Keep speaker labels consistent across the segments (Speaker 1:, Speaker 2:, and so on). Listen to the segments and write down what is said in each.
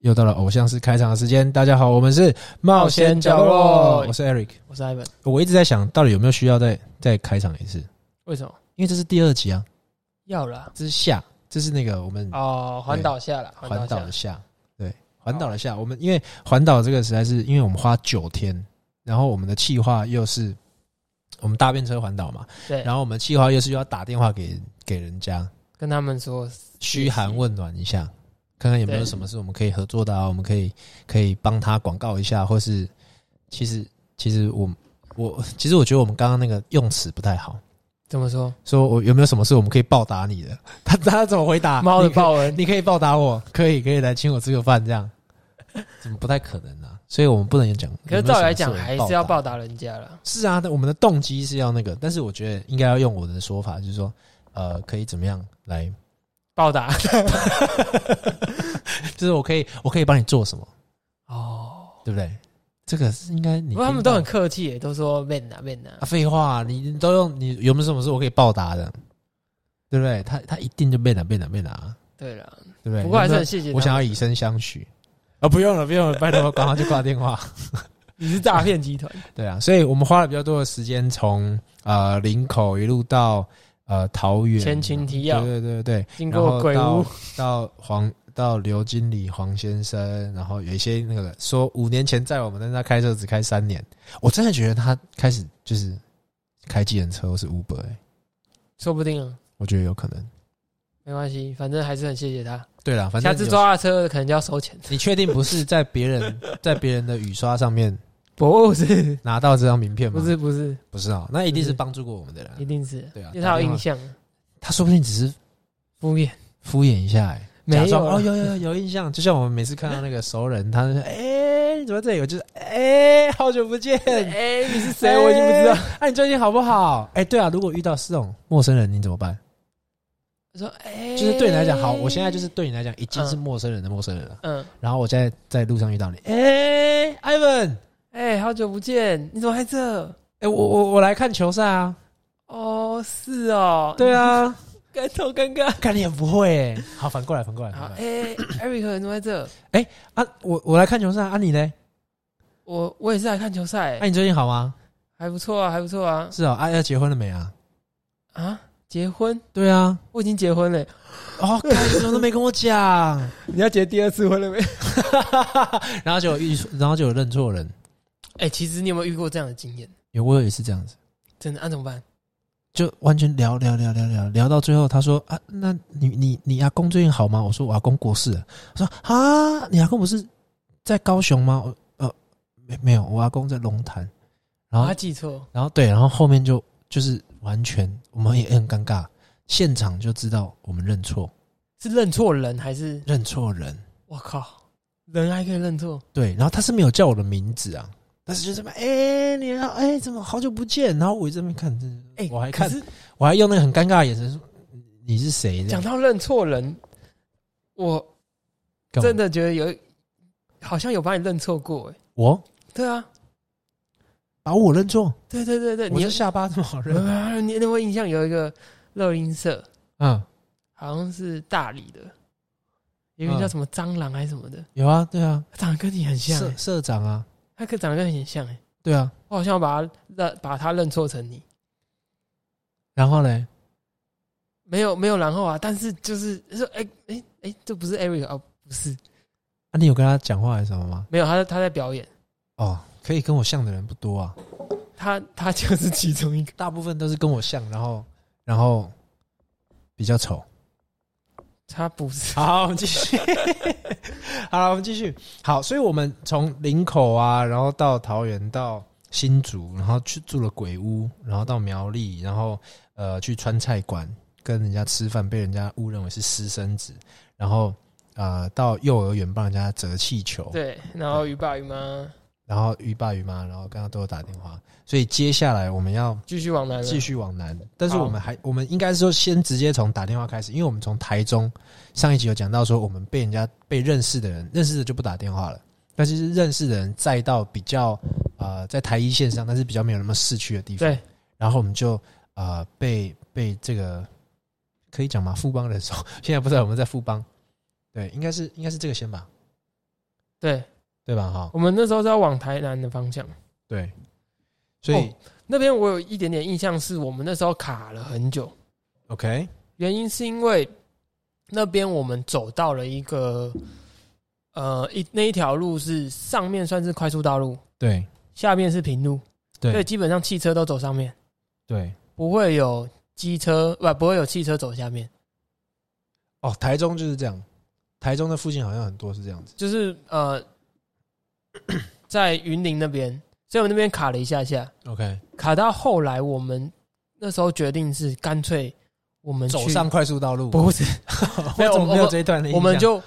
Speaker 1: 又到了偶像式开场的时间，大家好，我们是
Speaker 2: 冒险角落
Speaker 1: 我是 Eric。
Speaker 2: 我是 Ivan，
Speaker 1: 我一直在想，到底有没有需要再再开场一次？
Speaker 2: 为什么
Speaker 1: 因为这是第二集啊，
Speaker 2: 要啊啦？
Speaker 1: 这是下，这是那个我们
Speaker 2: 哦，环岛下了，
Speaker 1: 环岛
Speaker 2: 下
Speaker 1: 的下，对，环岛的下。我们因为环岛这个实在是，因为我们花九天，然后我们的计划又是我们搭便车环岛嘛，
Speaker 2: 对，
Speaker 1: 然后我们计划又是要打电话给给人家，
Speaker 2: 跟他们说，
Speaker 1: 嘘寒问暖一下，看看有没有
Speaker 2: 对
Speaker 1: 什么是我们可以合作的啊，我们可以可以帮他广告一下，或是其实其实我我其实我觉得我们刚刚那个用词不太好，
Speaker 2: 怎么说？
Speaker 1: 说我有没有什么事我们可以报答你的？ 他他怎么回答？
Speaker 2: 猫的
Speaker 1: 你可以
Speaker 2: 豹纹，
Speaker 1: 你可以报答我，可以可以来请我吃个饭这样，怎么不太可能啊？所以我们不能讲。
Speaker 2: 可
Speaker 1: 有
Speaker 2: 是
Speaker 1: 没有
Speaker 2: 照理来
Speaker 1: 什
Speaker 2: 讲
Speaker 1: 么事我们
Speaker 2: 还是要
Speaker 1: 答
Speaker 2: 报答人家了。
Speaker 1: 是啊，但我们的动机是要那个，但是我觉得应该要用我的说法，就是说，呃，可以怎么样来，
Speaker 2: 报答
Speaker 1: 就是我可以，我可以帮你做什么，
Speaker 2: 哦，
Speaker 1: 对不对？这个是应该你听
Speaker 2: 不过
Speaker 1: 到，
Speaker 2: 他们都很客气耶，都说 man 啊 man 啊
Speaker 1: 啊，，废话、你你都用你有没有什么是我可以报答的，对不对？他他一定就变了变了变了啊，
Speaker 2: 对了，
Speaker 1: 对不对？
Speaker 2: 不过还是
Speaker 1: 有没
Speaker 2: 很
Speaker 1: 有
Speaker 2: 谢谢他们。
Speaker 1: 我想要以身相许啊，不用了不用 了，拜托，赶快去挂电话。
Speaker 2: 你是诈骗集 团，
Speaker 1: 对啊，所以我们花了比较多的时间从呃林口一路到呃桃园，
Speaker 2: 前情提要
Speaker 1: 对对对对，
Speaker 2: 经
Speaker 1: 然后
Speaker 2: 过鬼
Speaker 1: 到
Speaker 2: 屋，
Speaker 1: 到黄到刘经理黄先生，然后有一些那个说五年前载我们，但是他开车只开三年，我真的觉得他开始就是开计程车或是 Uber，、欸、
Speaker 2: 说不定啊，
Speaker 1: 我觉得有可能。
Speaker 2: 没关系，反正还是很谢谢他。
Speaker 1: 对啦，反正
Speaker 2: 下次
Speaker 1: 有
Speaker 2: 抓他车可能就要收钱，
Speaker 1: 你确定不是在别人 在别人的雨刷上面
Speaker 2: 不 是
Speaker 1: 拿到这张名片吗？
Speaker 2: 不是不是，
Speaker 1: 不是啊、那一定是
Speaker 2: 不是
Speaker 1: 帮助过我们的人啊
Speaker 2: 一。定是，
Speaker 1: 对啊
Speaker 2: 因为他有印象，
Speaker 1: 他说不定只是
Speaker 2: 敷衍
Speaker 1: 敷衍一下、欸，
Speaker 2: 没
Speaker 1: 假装
Speaker 2: 有
Speaker 1: 哦，有有有有印象，就像我们每次看到那个熟人，他就说：“哎、你怎么在这里？”我就是：“哎、好久不见，
Speaker 2: 哎，你是谁？我已经不知道。
Speaker 1: 哎。哎，你最近好不好？哎、对啊，如果遇到这种陌生人，你怎么办？
Speaker 2: 他说，哎，
Speaker 1: 就是对你来讲，好，我现在就是对你来讲已经是陌生人的陌生人了。
Speaker 2: 嗯。
Speaker 1: 然后我现在在路上遇到你，哎、i v a n
Speaker 2: 哎、好久不见，你怎么还这？
Speaker 1: 哎、我我我来看球赛啊。
Speaker 2: 哦，是哦，
Speaker 1: 对， 啊，
Speaker 2: 感头尴尬。
Speaker 1: 看你很不会、欸。好，反过来，反过来，
Speaker 2: 好
Speaker 1: 反，过来
Speaker 2: 哎、艾瑞克，你怎么在这？
Speaker 1: 啊！我我来看球赛啊，你呢？
Speaker 2: 我我也是来看球赛、
Speaker 1: 哎、你最近好吗？
Speaker 2: 还不错啊，还不错啊。
Speaker 1: 是啊、啊，要结婚了没啊？
Speaker 2: 啊，结婚？
Speaker 1: 对啊，
Speaker 2: 我已经结婚了，
Speaker 1: 哦，干你怎么都没跟我 讲？
Speaker 2: 你要结第二次婚了没？
Speaker 1: 然后就有遇，然后就有认错人。
Speaker 2: 哎、其实你有没有遇过这样的经验？
Speaker 1: 有我有一次这样子，
Speaker 2: 真的，那、啊、怎么办？
Speaker 1: 就完全聊聊聊聊聊聊到最后，他说啊，那你你你阿公最近好吗？我说我阿公过世了。他说啊，你阿公不是在高雄吗？我呃，没没有，我阿公在龙潭。然
Speaker 2: 啊，
Speaker 1: 后
Speaker 2: 他记错，
Speaker 1: 然后对，然后后面就就是完全我们也很尴尬，现场就知道我们认错
Speaker 2: 是认错人还是？
Speaker 1: 认错人。
Speaker 2: 我靠，人还可以认错？
Speaker 1: 对，然后他是没有叫我的名字啊，但是就这么哎、你好哎、怎么好久不见？然后我一直在那边看，真是
Speaker 2: 哎、
Speaker 1: 我还
Speaker 2: 可
Speaker 1: 看
Speaker 2: 是
Speaker 1: 我还用那个很尴尬的眼神说：“你你是谁？”这
Speaker 2: 讲
Speaker 1: 样
Speaker 2: 到认错人，我
Speaker 1: 干嘛
Speaker 2: 真的觉得有，好像有把你认错过、哎，
Speaker 1: 我
Speaker 2: 对啊，
Speaker 1: 把我认错，
Speaker 2: 对对对对，
Speaker 1: 我
Speaker 2: 你
Speaker 1: 的下巴这么好认吗？
Speaker 2: 啊，你那我印象有一个乐音社，
Speaker 1: 嗯，
Speaker 2: 好像是大理的，有一个
Speaker 1: 嗯
Speaker 2: 叫什么蟑螂还是什么的，
Speaker 1: 有啊，对啊，
Speaker 2: 他长得跟你很像、
Speaker 1: 社
Speaker 2: 欸，
Speaker 1: 社长啊，
Speaker 2: 他可长得跟你很像哎、欸
Speaker 1: 对啊，
Speaker 2: 我好像把他认把他认错成你，
Speaker 1: 然后嘞，
Speaker 2: 没有没有然后啊，但是就是说哎哎哎，这不是 Eric 哦，不是，
Speaker 1: 啊，你有跟他讲话还是什么吗？
Speaker 2: 没有他在他在表演，
Speaker 1: 哦，可以跟我像的人不多啊，
Speaker 2: 他他就是其中一个，
Speaker 1: 大部分都是跟我像，然后然后比较丑。
Speaker 2: 他不是，
Speaker 1: 好，我们继续。 好了，我们继续。好，所以我们从林口啊，然后到桃园，到新竹，然后去住了鬼屋，然后到苗栗，然后呃去川菜馆跟人家吃饭，被人家误认为是私生子，然后呃到幼儿园帮人家折气球，
Speaker 2: 对，然后于爸于妈
Speaker 1: 然后于爸于妈，然后刚刚都有打电话，所以接下来我们要
Speaker 2: 继续往南了
Speaker 1: 继，续往南，但是
Speaker 2: 嗯好
Speaker 1: 我们还我们应该是说先直接从打电话开始，因为我们从台中上一集有讲到说，我们被人家被认识的人认识的就不打电话了，但是是认识的人再到比较呃在台一线上，但是比较没有那么市区的地方，
Speaker 2: 对，
Speaker 1: 然后我们就呃被被这个可以讲吗？富邦人手，现在不知道有没有在富邦，对，应该是应该是这个先吧，
Speaker 2: 对，哦
Speaker 1: 对吧？哈，
Speaker 2: 我们那时候是要往台南的方向，
Speaker 1: 对，所以、
Speaker 2: 哦那边我有一点点印象，是我们那时候卡了很久，哦
Speaker 1: OK，
Speaker 2: 原因是因为那边我们走到了一个，呃，一那一条路是上面算是快速道路，
Speaker 1: 对
Speaker 2: 下面是平路，所以
Speaker 1: 对
Speaker 2: 基本上汽车都走上面，
Speaker 1: 对，
Speaker 2: 不会有机车不不会有汽车走下面，
Speaker 1: 哦，台中就是这样，台中的附近好像很多是这样子，
Speaker 2: 就是呃，在云林那边，所以我们那边卡了一下下，
Speaker 1: OK，
Speaker 2: 卡到后来我们那时候决定是干脆我们去
Speaker 1: 走上快速道路，
Speaker 2: 不是没有
Speaker 1: 我怎 么没
Speaker 2: 我
Speaker 1: 有
Speaker 2: 们
Speaker 1: 这一段的印象？
Speaker 2: 我们就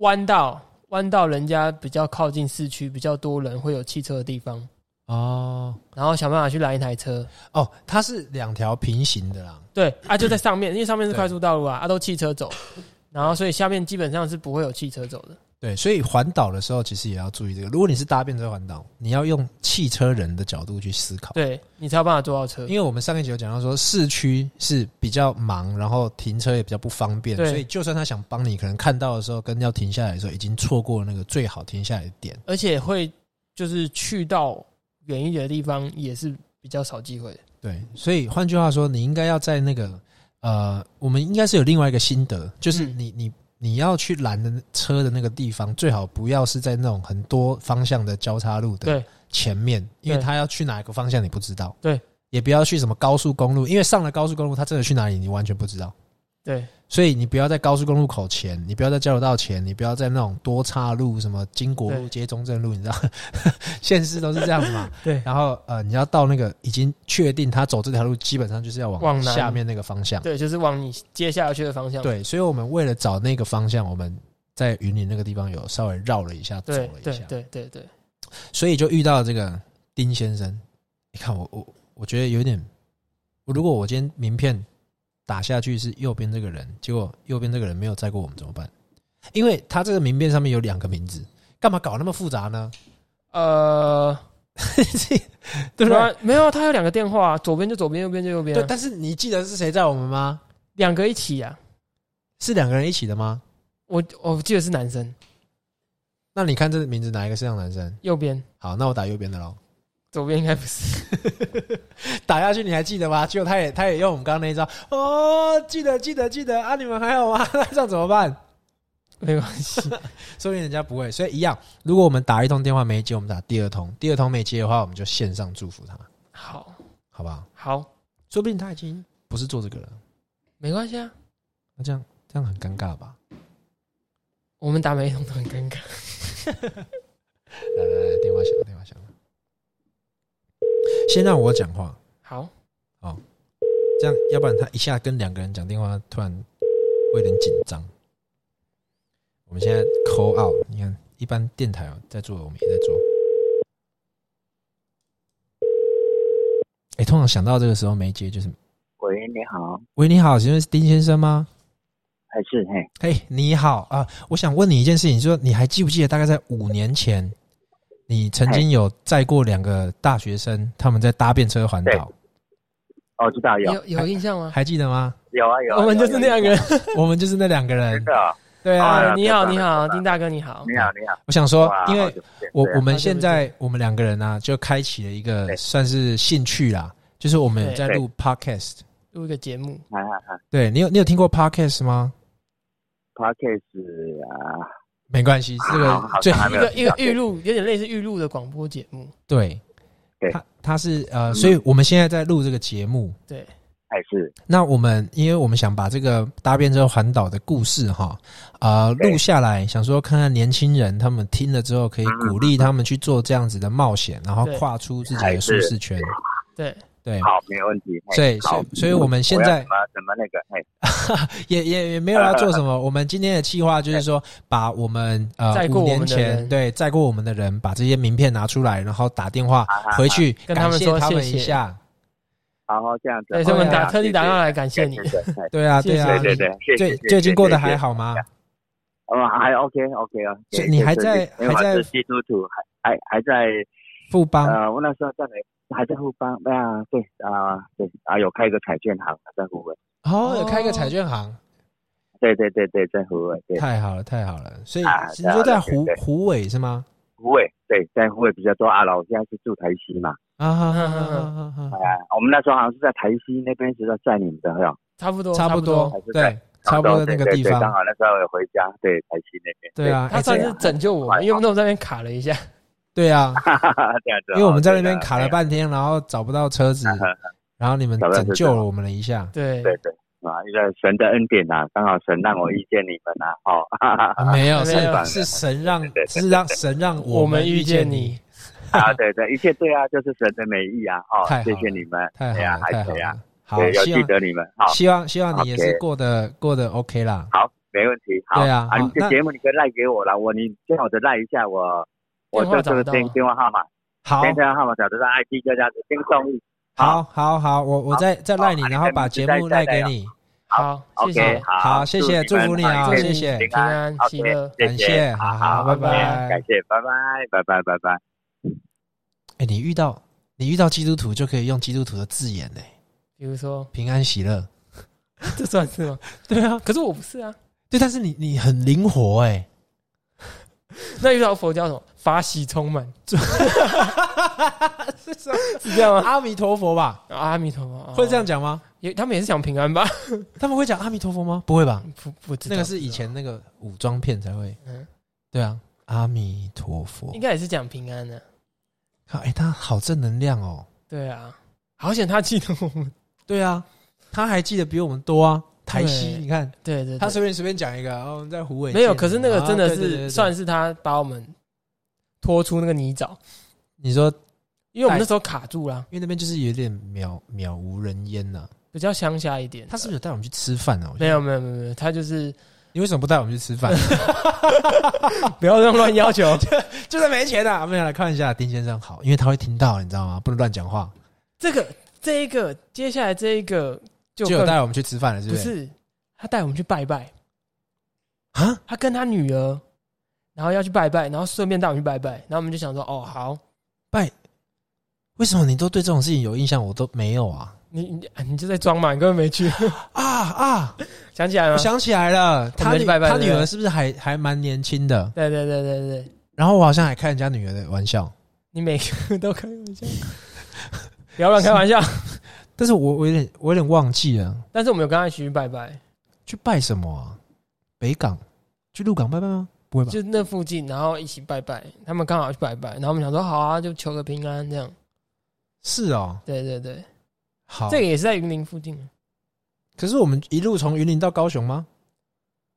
Speaker 2: 弯到弯到人家比较靠近市区、比较多人会有汽车的地方，
Speaker 1: 哦
Speaker 2: 然后想办法去拦一台车。
Speaker 1: 哦，它是两条平行的啦，
Speaker 2: 对啊，就在上面，因为上面是快速道路啊，啊都汽车走，然后所以下面基本上是不会有汽车走的。
Speaker 1: 对，所以环岛的时候其实也要注意这个。如果你是搭便车环岛，你要用汽车人的角度去思考，
Speaker 2: 对你才有办法坐到车
Speaker 1: 因。为我们上一集有讲到说市区是比较忙，然后停车也比较不方便，
Speaker 2: 对
Speaker 1: 所以就算他想帮你，可能看到的时候跟要停下来的时候，已经错过那个最好停下来的点。
Speaker 2: 而且会就是去到远一点的地方也是比较少机会的。
Speaker 1: 对，所以换句话说，你应该要在那个呃，我们应该是有另外一个心得，就是
Speaker 2: 嗯
Speaker 1: 你、你你要去拦的车的那个地方，最好不要是在那种很多方向的交叉路的
Speaker 2: 对
Speaker 1: 前面，因为
Speaker 2: 对
Speaker 1: 他要去哪一个方向你不知道。
Speaker 2: 对，
Speaker 1: 也不要去什么高速公路，因为上了高速公路，他真的去哪里你完全不知道。
Speaker 2: 对
Speaker 1: 所以你不要在高速公路口前，你不要在交流道前，你不要在那种多岔路、什么经国路、
Speaker 2: 对
Speaker 1: 接中正路，你知道， 现市都是这样子嘛。
Speaker 2: 对
Speaker 1: 然后呃，你要到那个已经确定他走这条路，基本上就是要往
Speaker 2: 往南
Speaker 1: 下面那个方向。
Speaker 2: 对，就是往你接下去的方向。
Speaker 1: 对，所以我们为了找那个方向，我们在云林那个地方有稍微绕了一下，走
Speaker 2: 对
Speaker 1: 了一
Speaker 2: 对
Speaker 1: 下，
Speaker 2: 对对对，
Speaker 1: 所以就遇到这个丁先生。你看我我我觉得有点，我如果我今天名片打下去是右边这个人，结果右边这个人没有载过我们怎么办？因为他这个名片上面有两个名字，干嘛搞那么复杂呢？
Speaker 2: 呃，
Speaker 1: 对不对？
Speaker 2: 没有，啊他有两个电话，左边就左边，右边就右边
Speaker 1: 对，
Speaker 2: 啊，
Speaker 1: 但是你记得是谁载我们吗？
Speaker 2: 两个一起啊。
Speaker 1: 是两个人一起的吗？
Speaker 2: 我我记得是男生，
Speaker 1: 那你看这名字哪一个是像男生？
Speaker 2: 右边，
Speaker 1: 好，那我打右边的喽。
Speaker 2: 左边应该不是。
Speaker 1: 打下去你还记得吗？结果他也他也用我们刚刚那一招哦，记得记得记得啊！你们还好吗？那 这样怎么办？
Speaker 2: 没关系，
Speaker 1: 说明人家不会，所以一样。如果我们打一通电话没接，我们打第二通；第二通没接的话，我们就线上祝福他，
Speaker 2: 好
Speaker 1: 好不好？
Speaker 2: 好，
Speaker 1: 说不定他已经不是做这个了，
Speaker 2: 没关系啊。
Speaker 1: 那这样这样很尴尬吧？
Speaker 2: 我们打每一通都很尴尬。
Speaker 1: 来来来，电话响了，电话响了，先让我讲话，
Speaker 2: 好，
Speaker 1: 这样要不然他一下跟两个人讲电话，突然会有点紧张。我们现在 call out，你看一般电台哦在做，我们也在做。哎、通常想到这个时候没接就是
Speaker 3: 喂，你好，
Speaker 1: 喂，你好，请问是丁先生吗？
Speaker 3: 还是嘿，
Speaker 1: 嘿、你好啊、我想问你一件事情，就是说你还记不记得大概在五年前，你曾经有载过两个大学生，他们在搭便车环岛，
Speaker 3: 哦，知道有
Speaker 2: 有有印象吗？
Speaker 1: 还记得吗？
Speaker 3: 有啊有啊，
Speaker 2: 我们就是那两个人。
Speaker 1: 我们就是那两个人
Speaker 3: 真。 的哦，
Speaker 1: 对
Speaker 3: 哎
Speaker 1: 啊，
Speaker 3: 呀
Speaker 2: 啊，你好，你好，
Speaker 3: 真的
Speaker 2: 丁大哥，你好。
Speaker 3: 你好你好，
Speaker 1: 我想说
Speaker 3: 哇，
Speaker 1: 因
Speaker 3: 好
Speaker 1: 为
Speaker 3: 久不见
Speaker 1: 我
Speaker 3: 对啊
Speaker 1: 我们
Speaker 2: 好久
Speaker 1: 现
Speaker 2: 不
Speaker 1: 在我们两个人啊，就开启了一个
Speaker 3: 对
Speaker 1: 算是兴趣啦，就是我们有
Speaker 2: 对
Speaker 1: 在录 podcast。
Speaker 2: 录一个节目，
Speaker 3: 啊啊啊
Speaker 1: 对你有你有听过 podcast 吗？
Speaker 3: ，podcast 啊，
Speaker 1: 没关系，这
Speaker 3: 好
Speaker 1: 个
Speaker 3: 好
Speaker 1: 最
Speaker 3: 像还
Speaker 2: 一
Speaker 3: 没有
Speaker 2: 个一个
Speaker 3: 听到
Speaker 2: 预录，有点类似预录的广播节目。
Speaker 1: 对
Speaker 3: 对，
Speaker 1: 它它是呃，
Speaker 3: 嗯
Speaker 1: 所以我们现在在录这个节目。
Speaker 2: 对，
Speaker 3: 还是
Speaker 1: 那我们因为我们想把这个搭便车环岛的故事哈，呃，
Speaker 3: 对
Speaker 1: 录下来，想说看看年轻人他们听了之后，可
Speaker 3: 嗯
Speaker 1: 以鼓励他们去做这样子的冒险，然后
Speaker 2: 对
Speaker 1: 跨出自己
Speaker 3: 还
Speaker 1: 的舒
Speaker 3: 是
Speaker 1: 适圈。
Speaker 2: 对，
Speaker 1: 对，
Speaker 3: 好，没问题，
Speaker 1: 对
Speaker 3: 嘿
Speaker 1: 所以
Speaker 3: 好
Speaker 1: 所以我们现在
Speaker 3: 我要怎么怎么那个，嘿，
Speaker 1: 也也也没有要做什么。我们今天的计划就是说，把我们呃
Speaker 2: 载过
Speaker 1: 五
Speaker 2: 我们
Speaker 1: 年
Speaker 2: 的
Speaker 1: 前
Speaker 2: 人
Speaker 1: 对载过我们的人，把这些名片拿出来，然后打电话
Speaker 3: 啊
Speaker 1: 回去
Speaker 2: 跟他
Speaker 1: 感
Speaker 2: 们
Speaker 1: 谢
Speaker 2: 说
Speaker 1: 他们
Speaker 2: 谢
Speaker 1: 一
Speaker 2: 谢
Speaker 1: 下。
Speaker 3: 然后这样子，
Speaker 2: 对，所以我们
Speaker 1: 对啊
Speaker 2: 打特地打电话来感谢你
Speaker 3: 谢。谢，谢谢嘿
Speaker 1: 对啊，
Speaker 2: 谢谢
Speaker 1: 啊，
Speaker 3: 对对
Speaker 1: 你
Speaker 3: 对，谢谢
Speaker 1: 最
Speaker 3: 谢谢
Speaker 1: 最近过得
Speaker 3: 谢谢
Speaker 1: 还好吗？
Speaker 3: 哦，还 OK OK 啊，
Speaker 1: 所以
Speaker 3: 谢
Speaker 1: 你
Speaker 3: 谢
Speaker 1: 还
Speaker 3: 谢
Speaker 1: 在
Speaker 3: 谢因为
Speaker 1: 还
Speaker 3: 我
Speaker 1: 在
Speaker 3: 是基督徒，还还还在
Speaker 1: 富邦
Speaker 3: 呃，我那时候在美还在互帮，啊，对啊对啊，有开一个彩券行在互帮，
Speaker 1: 哦，有开一个彩券行，
Speaker 3: 对对对对，在湖尾，对
Speaker 1: 太好了，太好了。所以
Speaker 3: 啊
Speaker 1: 你说在湖
Speaker 3: 对对
Speaker 1: 湖尾是吗？
Speaker 3: 湖尾，对，在湖尾比较多啊。老家是住台西嘛，
Speaker 1: 啊哈哈哈哈哈哈，
Speaker 3: 啊，我们那时候好像是在台西那边是在占领的，哈，
Speaker 2: 差不多，
Speaker 1: 差不多
Speaker 3: 嗯差不多，
Speaker 1: 对，差不多那个
Speaker 3: 对对
Speaker 1: 地
Speaker 3: 对刚
Speaker 1: 方，
Speaker 3: 好那时候有回家，对，台西那边，
Speaker 1: 对啊，
Speaker 2: 他
Speaker 1: 哎
Speaker 2: 算
Speaker 1: 这
Speaker 2: 是拯救我
Speaker 3: 还好
Speaker 2: 们，因为我们在那边卡了一下，
Speaker 1: 对啊，
Speaker 3: 哈哈哈， 这样子哦，
Speaker 1: 因为我们在那
Speaker 3: 对
Speaker 1: 边
Speaker 3: 的
Speaker 1: 卡了，半天，然后找不到车子
Speaker 3: 嗯嗯，
Speaker 1: 然后你们
Speaker 3: 找不到车
Speaker 1: 拯
Speaker 3: 子
Speaker 1: 救了我们了一下。
Speaker 2: 对
Speaker 3: 对对对啊，一个神的恩典啊，刚好神让我遇见你们啊，哦， 哈哈哈
Speaker 1: 啊没有，
Speaker 2: 没
Speaker 1: 是
Speaker 2: 有
Speaker 1: 是神让
Speaker 3: 对，对
Speaker 1: 是让神让
Speaker 2: 我
Speaker 1: 们
Speaker 2: 们遇见
Speaker 1: 你
Speaker 2: 你，，
Speaker 3: 啊，对对，一切对啊，就是神的美意啊，哦
Speaker 1: 太好，了
Speaker 3: 谢谢你们，
Speaker 1: 太好
Speaker 3: 对啊
Speaker 1: 了，，
Speaker 3: 还
Speaker 1: 太好
Speaker 3: 可以啊
Speaker 1: 了，。好
Speaker 3: 对，，要
Speaker 1: 希
Speaker 3: 记
Speaker 1: 望
Speaker 3: 得你们，哦好，
Speaker 1: 希望希望你也是
Speaker 3: OK
Speaker 1: 过得过得 OK 啦。
Speaker 3: 好，没问题，好，
Speaker 1: 对啊好
Speaker 3: 你这
Speaker 1: 那
Speaker 3: 节目你可以赖给我了，我你最好的赖一下我，我
Speaker 2: 电话
Speaker 3: 的这个
Speaker 2: 找得到
Speaker 3: 电
Speaker 2: 吗
Speaker 3: 电话号码，
Speaker 1: 好，
Speaker 3: 电话号码找得到，IT 就这样子，丁宋义，
Speaker 1: 好，好，好，我我再再赖你，
Speaker 3: 好
Speaker 1: 然后把节目赖给你。
Speaker 2: 好，谢谢
Speaker 3: OK，，
Speaker 1: 好
Speaker 3: 好，
Speaker 1: 谢谢
Speaker 3: 祝
Speaker 1: 祝福你啊
Speaker 3: 好一切
Speaker 1: 谢谢
Speaker 3: 平
Speaker 2: 平安喜
Speaker 3: OK，
Speaker 2: 乐，
Speaker 1: 感谢，好好，拜
Speaker 2: 拜
Speaker 1: 拜。
Speaker 3: 感谢，拜拜，拜拜，拜拜。
Speaker 1: 哎，你遇到你遇到基督徒就可以用基督徒的字眼呢，
Speaker 2: 比如说
Speaker 1: 平安喜乐。
Speaker 2: 这算是 吗？
Speaker 1: 对啊，
Speaker 2: 可是我不是啊，
Speaker 1: 对，但是你你很灵活哎，
Speaker 2: 那遇到佛教什么法喜 充满，是这样吗？
Speaker 1: 阿弥陀佛吧？
Speaker 2: 啊阿弥陀佛哦
Speaker 1: 会这样，讲吗？
Speaker 2: 也他们也是讲平安吧？
Speaker 1: 他们会讲阿弥陀佛吗？不会吧？
Speaker 2: 不不知道，
Speaker 1: 那个是以前那个武装片才会。
Speaker 2: 嗯
Speaker 1: 对啊，阿弥陀佛
Speaker 2: 应。该也是讲平安的，
Speaker 1: 看，哎，他好正能量哦。
Speaker 2: 对啊，好险他记得我们，
Speaker 1: 对啊，他还记得比我们多啊。台西，
Speaker 2: 对
Speaker 1: 你看
Speaker 2: 对对，对
Speaker 1: 他随便随便讲一个，哦，我们在湖尾
Speaker 2: 没有，
Speaker 1: 见
Speaker 2: 可是那个真的
Speaker 1: 啊对对对对
Speaker 2: 是算是他把我们拖出那个泥沼，
Speaker 1: 你说，
Speaker 2: 因为我们那时候卡住了，
Speaker 1: 因为那边就是有点渺渺无人烟呐、
Speaker 2: 比较乡下一点。
Speaker 1: 他是不是有带我们去吃饭啊？我觉得
Speaker 2: 没有没有没有没有，他就是
Speaker 1: 你为什么不带我们去吃饭？
Speaker 2: 不要这样乱要求，
Speaker 1: 就是没钱啊！没有来看一下丁先生好，因为他会听到，你知道吗？不能乱讲话。
Speaker 2: 这个这一个接下来这一个就
Speaker 1: 就有
Speaker 2: 更
Speaker 1: 带我们去吃饭了，是
Speaker 2: 不
Speaker 1: 不是？
Speaker 2: 是他带我们去拜拜，
Speaker 1: 啊，
Speaker 2: 他跟他女儿，然后要去拜拜，然后顺便带我们去拜拜，然后我们就想说哦好，
Speaker 1: 为什么你都对这种事情有印象，我都没有啊？
Speaker 2: 你你你就在装嘛，你根本 没去，
Speaker 1: 啊啊！
Speaker 2: 想起来
Speaker 1: 我
Speaker 2: 吗？
Speaker 1: 想起来了，
Speaker 2: 我
Speaker 1: 他
Speaker 2: 们
Speaker 1: 女
Speaker 2: 去拜拜
Speaker 1: 他
Speaker 2: 对
Speaker 1: 女
Speaker 2: 不对
Speaker 1: 儿是不是还还蛮年轻的？
Speaker 2: 对对对对对，
Speaker 1: 然后我好像还开人家女儿的玩笑，
Speaker 2: 你每个 都开玩笑，不要乱开 玩笑。
Speaker 1: 但是我我有点我有点忘记了，
Speaker 2: 但是我们有跟他一起去拜拜，
Speaker 1: 去拜什么啊？北港，去鹿港拜拜吗？不会吧？
Speaker 2: 就那附近，然后一起拜拜。他们刚好去拜拜，然后我们想说好啊，就求个平安这样。
Speaker 1: 是哦，
Speaker 2: 对对对，
Speaker 1: 好。
Speaker 2: 这个也是在云林附近，
Speaker 1: 可是我们一路从云林到高雄吗？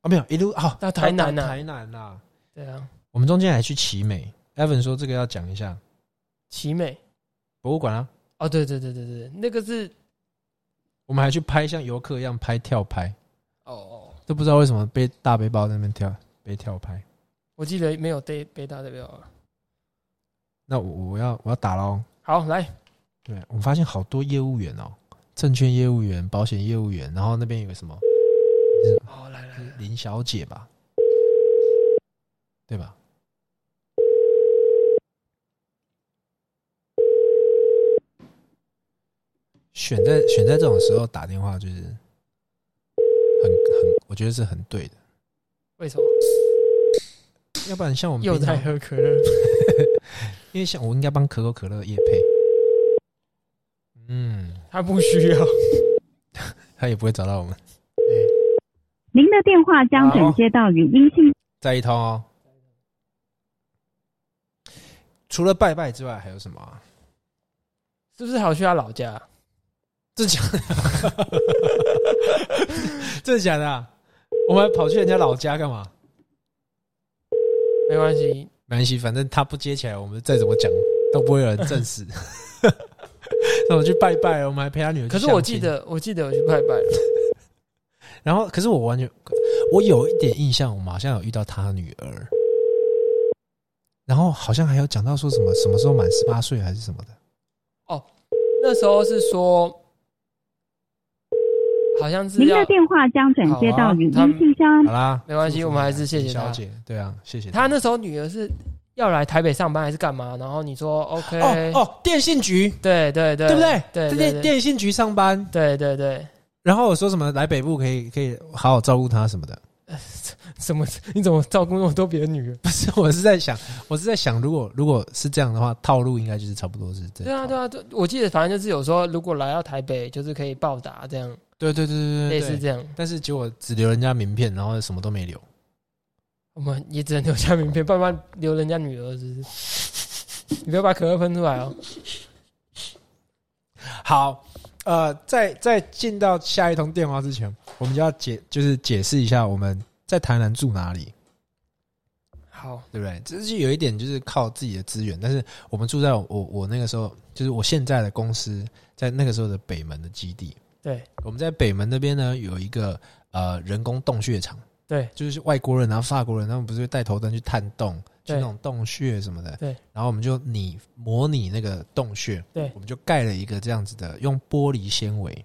Speaker 1: 啊，没有，一路哦，
Speaker 2: 到台南啊
Speaker 1: 到台南啦、啊。
Speaker 2: 对啊，
Speaker 1: 我们中间还去奇美，Evan 说这个要讲一下
Speaker 2: 奇美。
Speaker 1: 博物馆啊。
Speaker 2: 哦，对对对对对，那个是
Speaker 1: 我们还去拍像游客一样拍跳拍，
Speaker 2: 哦哦，
Speaker 1: 都不知道为什么背大背包在那边跳背跳拍。
Speaker 2: 我记得没有背背大代表啊。
Speaker 1: 那我我要我要打喽。
Speaker 2: 好，来，
Speaker 1: 对，我们发现好多业务员哦，证券业务员、保险业务员，然后那边有个什么
Speaker 2: 哦来来，来
Speaker 1: 林小姐吧，对吧？选在选在这种时候打电话，就是很很，我觉得是很对的。
Speaker 2: 为什么
Speaker 1: 要不然像我们
Speaker 2: 又
Speaker 1: 平常
Speaker 2: 在喝可乐？
Speaker 1: 因为像我应该帮可口可乐业配，嗯，
Speaker 2: 他不需要。
Speaker 1: 他也不会找到我们。
Speaker 4: 您的电话将转接到语音信。
Speaker 1: 再一通哦。除了拜拜之外，还有什么、啊？
Speaker 2: 是不是还有去他老家？
Speaker 1: 真的假的？真的假的、啊？我们还跑去人家老家干嘛？
Speaker 2: 没关系，
Speaker 1: 没关系，反正他不接起来，我们再怎么讲都不会有人证 实。那我去拜拜，我们还陪他女儿去
Speaker 2: 可
Speaker 1: 相
Speaker 2: 是
Speaker 1: 亲。
Speaker 2: 我记得，我记得我去拜拜了。
Speaker 1: 然后，可是我完全，我有一点印象，我们好像有遇到他女儿，然后好像还有讲到说什么什么时候满十八岁还是什么的，
Speaker 2: 那时候是说，好像是
Speaker 4: 您
Speaker 2: 要
Speaker 4: 的电话将转接到语
Speaker 2: 好啊
Speaker 4: 音信箱
Speaker 1: 好。啦，
Speaker 2: 没关系
Speaker 1: 祝福
Speaker 2: 我们还是谢谢
Speaker 1: 李
Speaker 2: 他
Speaker 1: 小姐，对啊，谢谢
Speaker 2: 啊他那时候女儿是要来台北上班还是干嘛？然后你说 OK，
Speaker 1: 哦哦，电信局
Speaker 2: 对对对，
Speaker 1: 对不对？
Speaker 2: 对
Speaker 1: 在
Speaker 2: 对
Speaker 1: 电
Speaker 2: 对
Speaker 1: 电信局上班，
Speaker 2: 对对对，
Speaker 1: 然后我说什么来北部可以可以好好照顾她什么的，
Speaker 2: 什么？你怎么照顾那么多别的女人？
Speaker 1: 不是，我是在想，我是在想，如果如果是这样的话，套路应该就是差不多是这
Speaker 2: 对
Speaker 1: 样。
Speaker 2: 啊，对啊，对，我记得反正就是有时候如果来到台北，就是可以报答这样，
Speaker 1: 对对对对对
Speaker 2: 类
Speaker 1: 对，
Speaker 2: 似这样，
Speaker 1: 但是结果只留人家名片，然后什么都没留。
Speaker 2: 我们也只能留下名片，不然留人家女儿是不是？你不要把可乐喷出来哦！
Speaker 1: 好，呃，在在进到下一通电话之前，我们就要解就是解释一下我们在台南住哪里，
Speaker 2: 好，
Speaker 1: 对不对？这是有一点就是靠自己的资源，但是我们住在我我我那个时候，就是我现在的公司在那个时候的北门的基地，
Speaker 2: 对
Speaker 1: 我们在北门那边呢有一个呃人工洞穴场，
Speaker 2: 对，
Speaker 1: 就是外国人然后法国人他们不是会带头灯去探洞，去
Speaker 2: 对
Speaker 1: 那种洞穴什么的，
Speaker 2: 对。
Speaker 1: 然后我们就拟模拟那个洞穴，
Speaker 2: 对
Speaker 1: 我们就盖了一个这样子的，用玻璃纤维，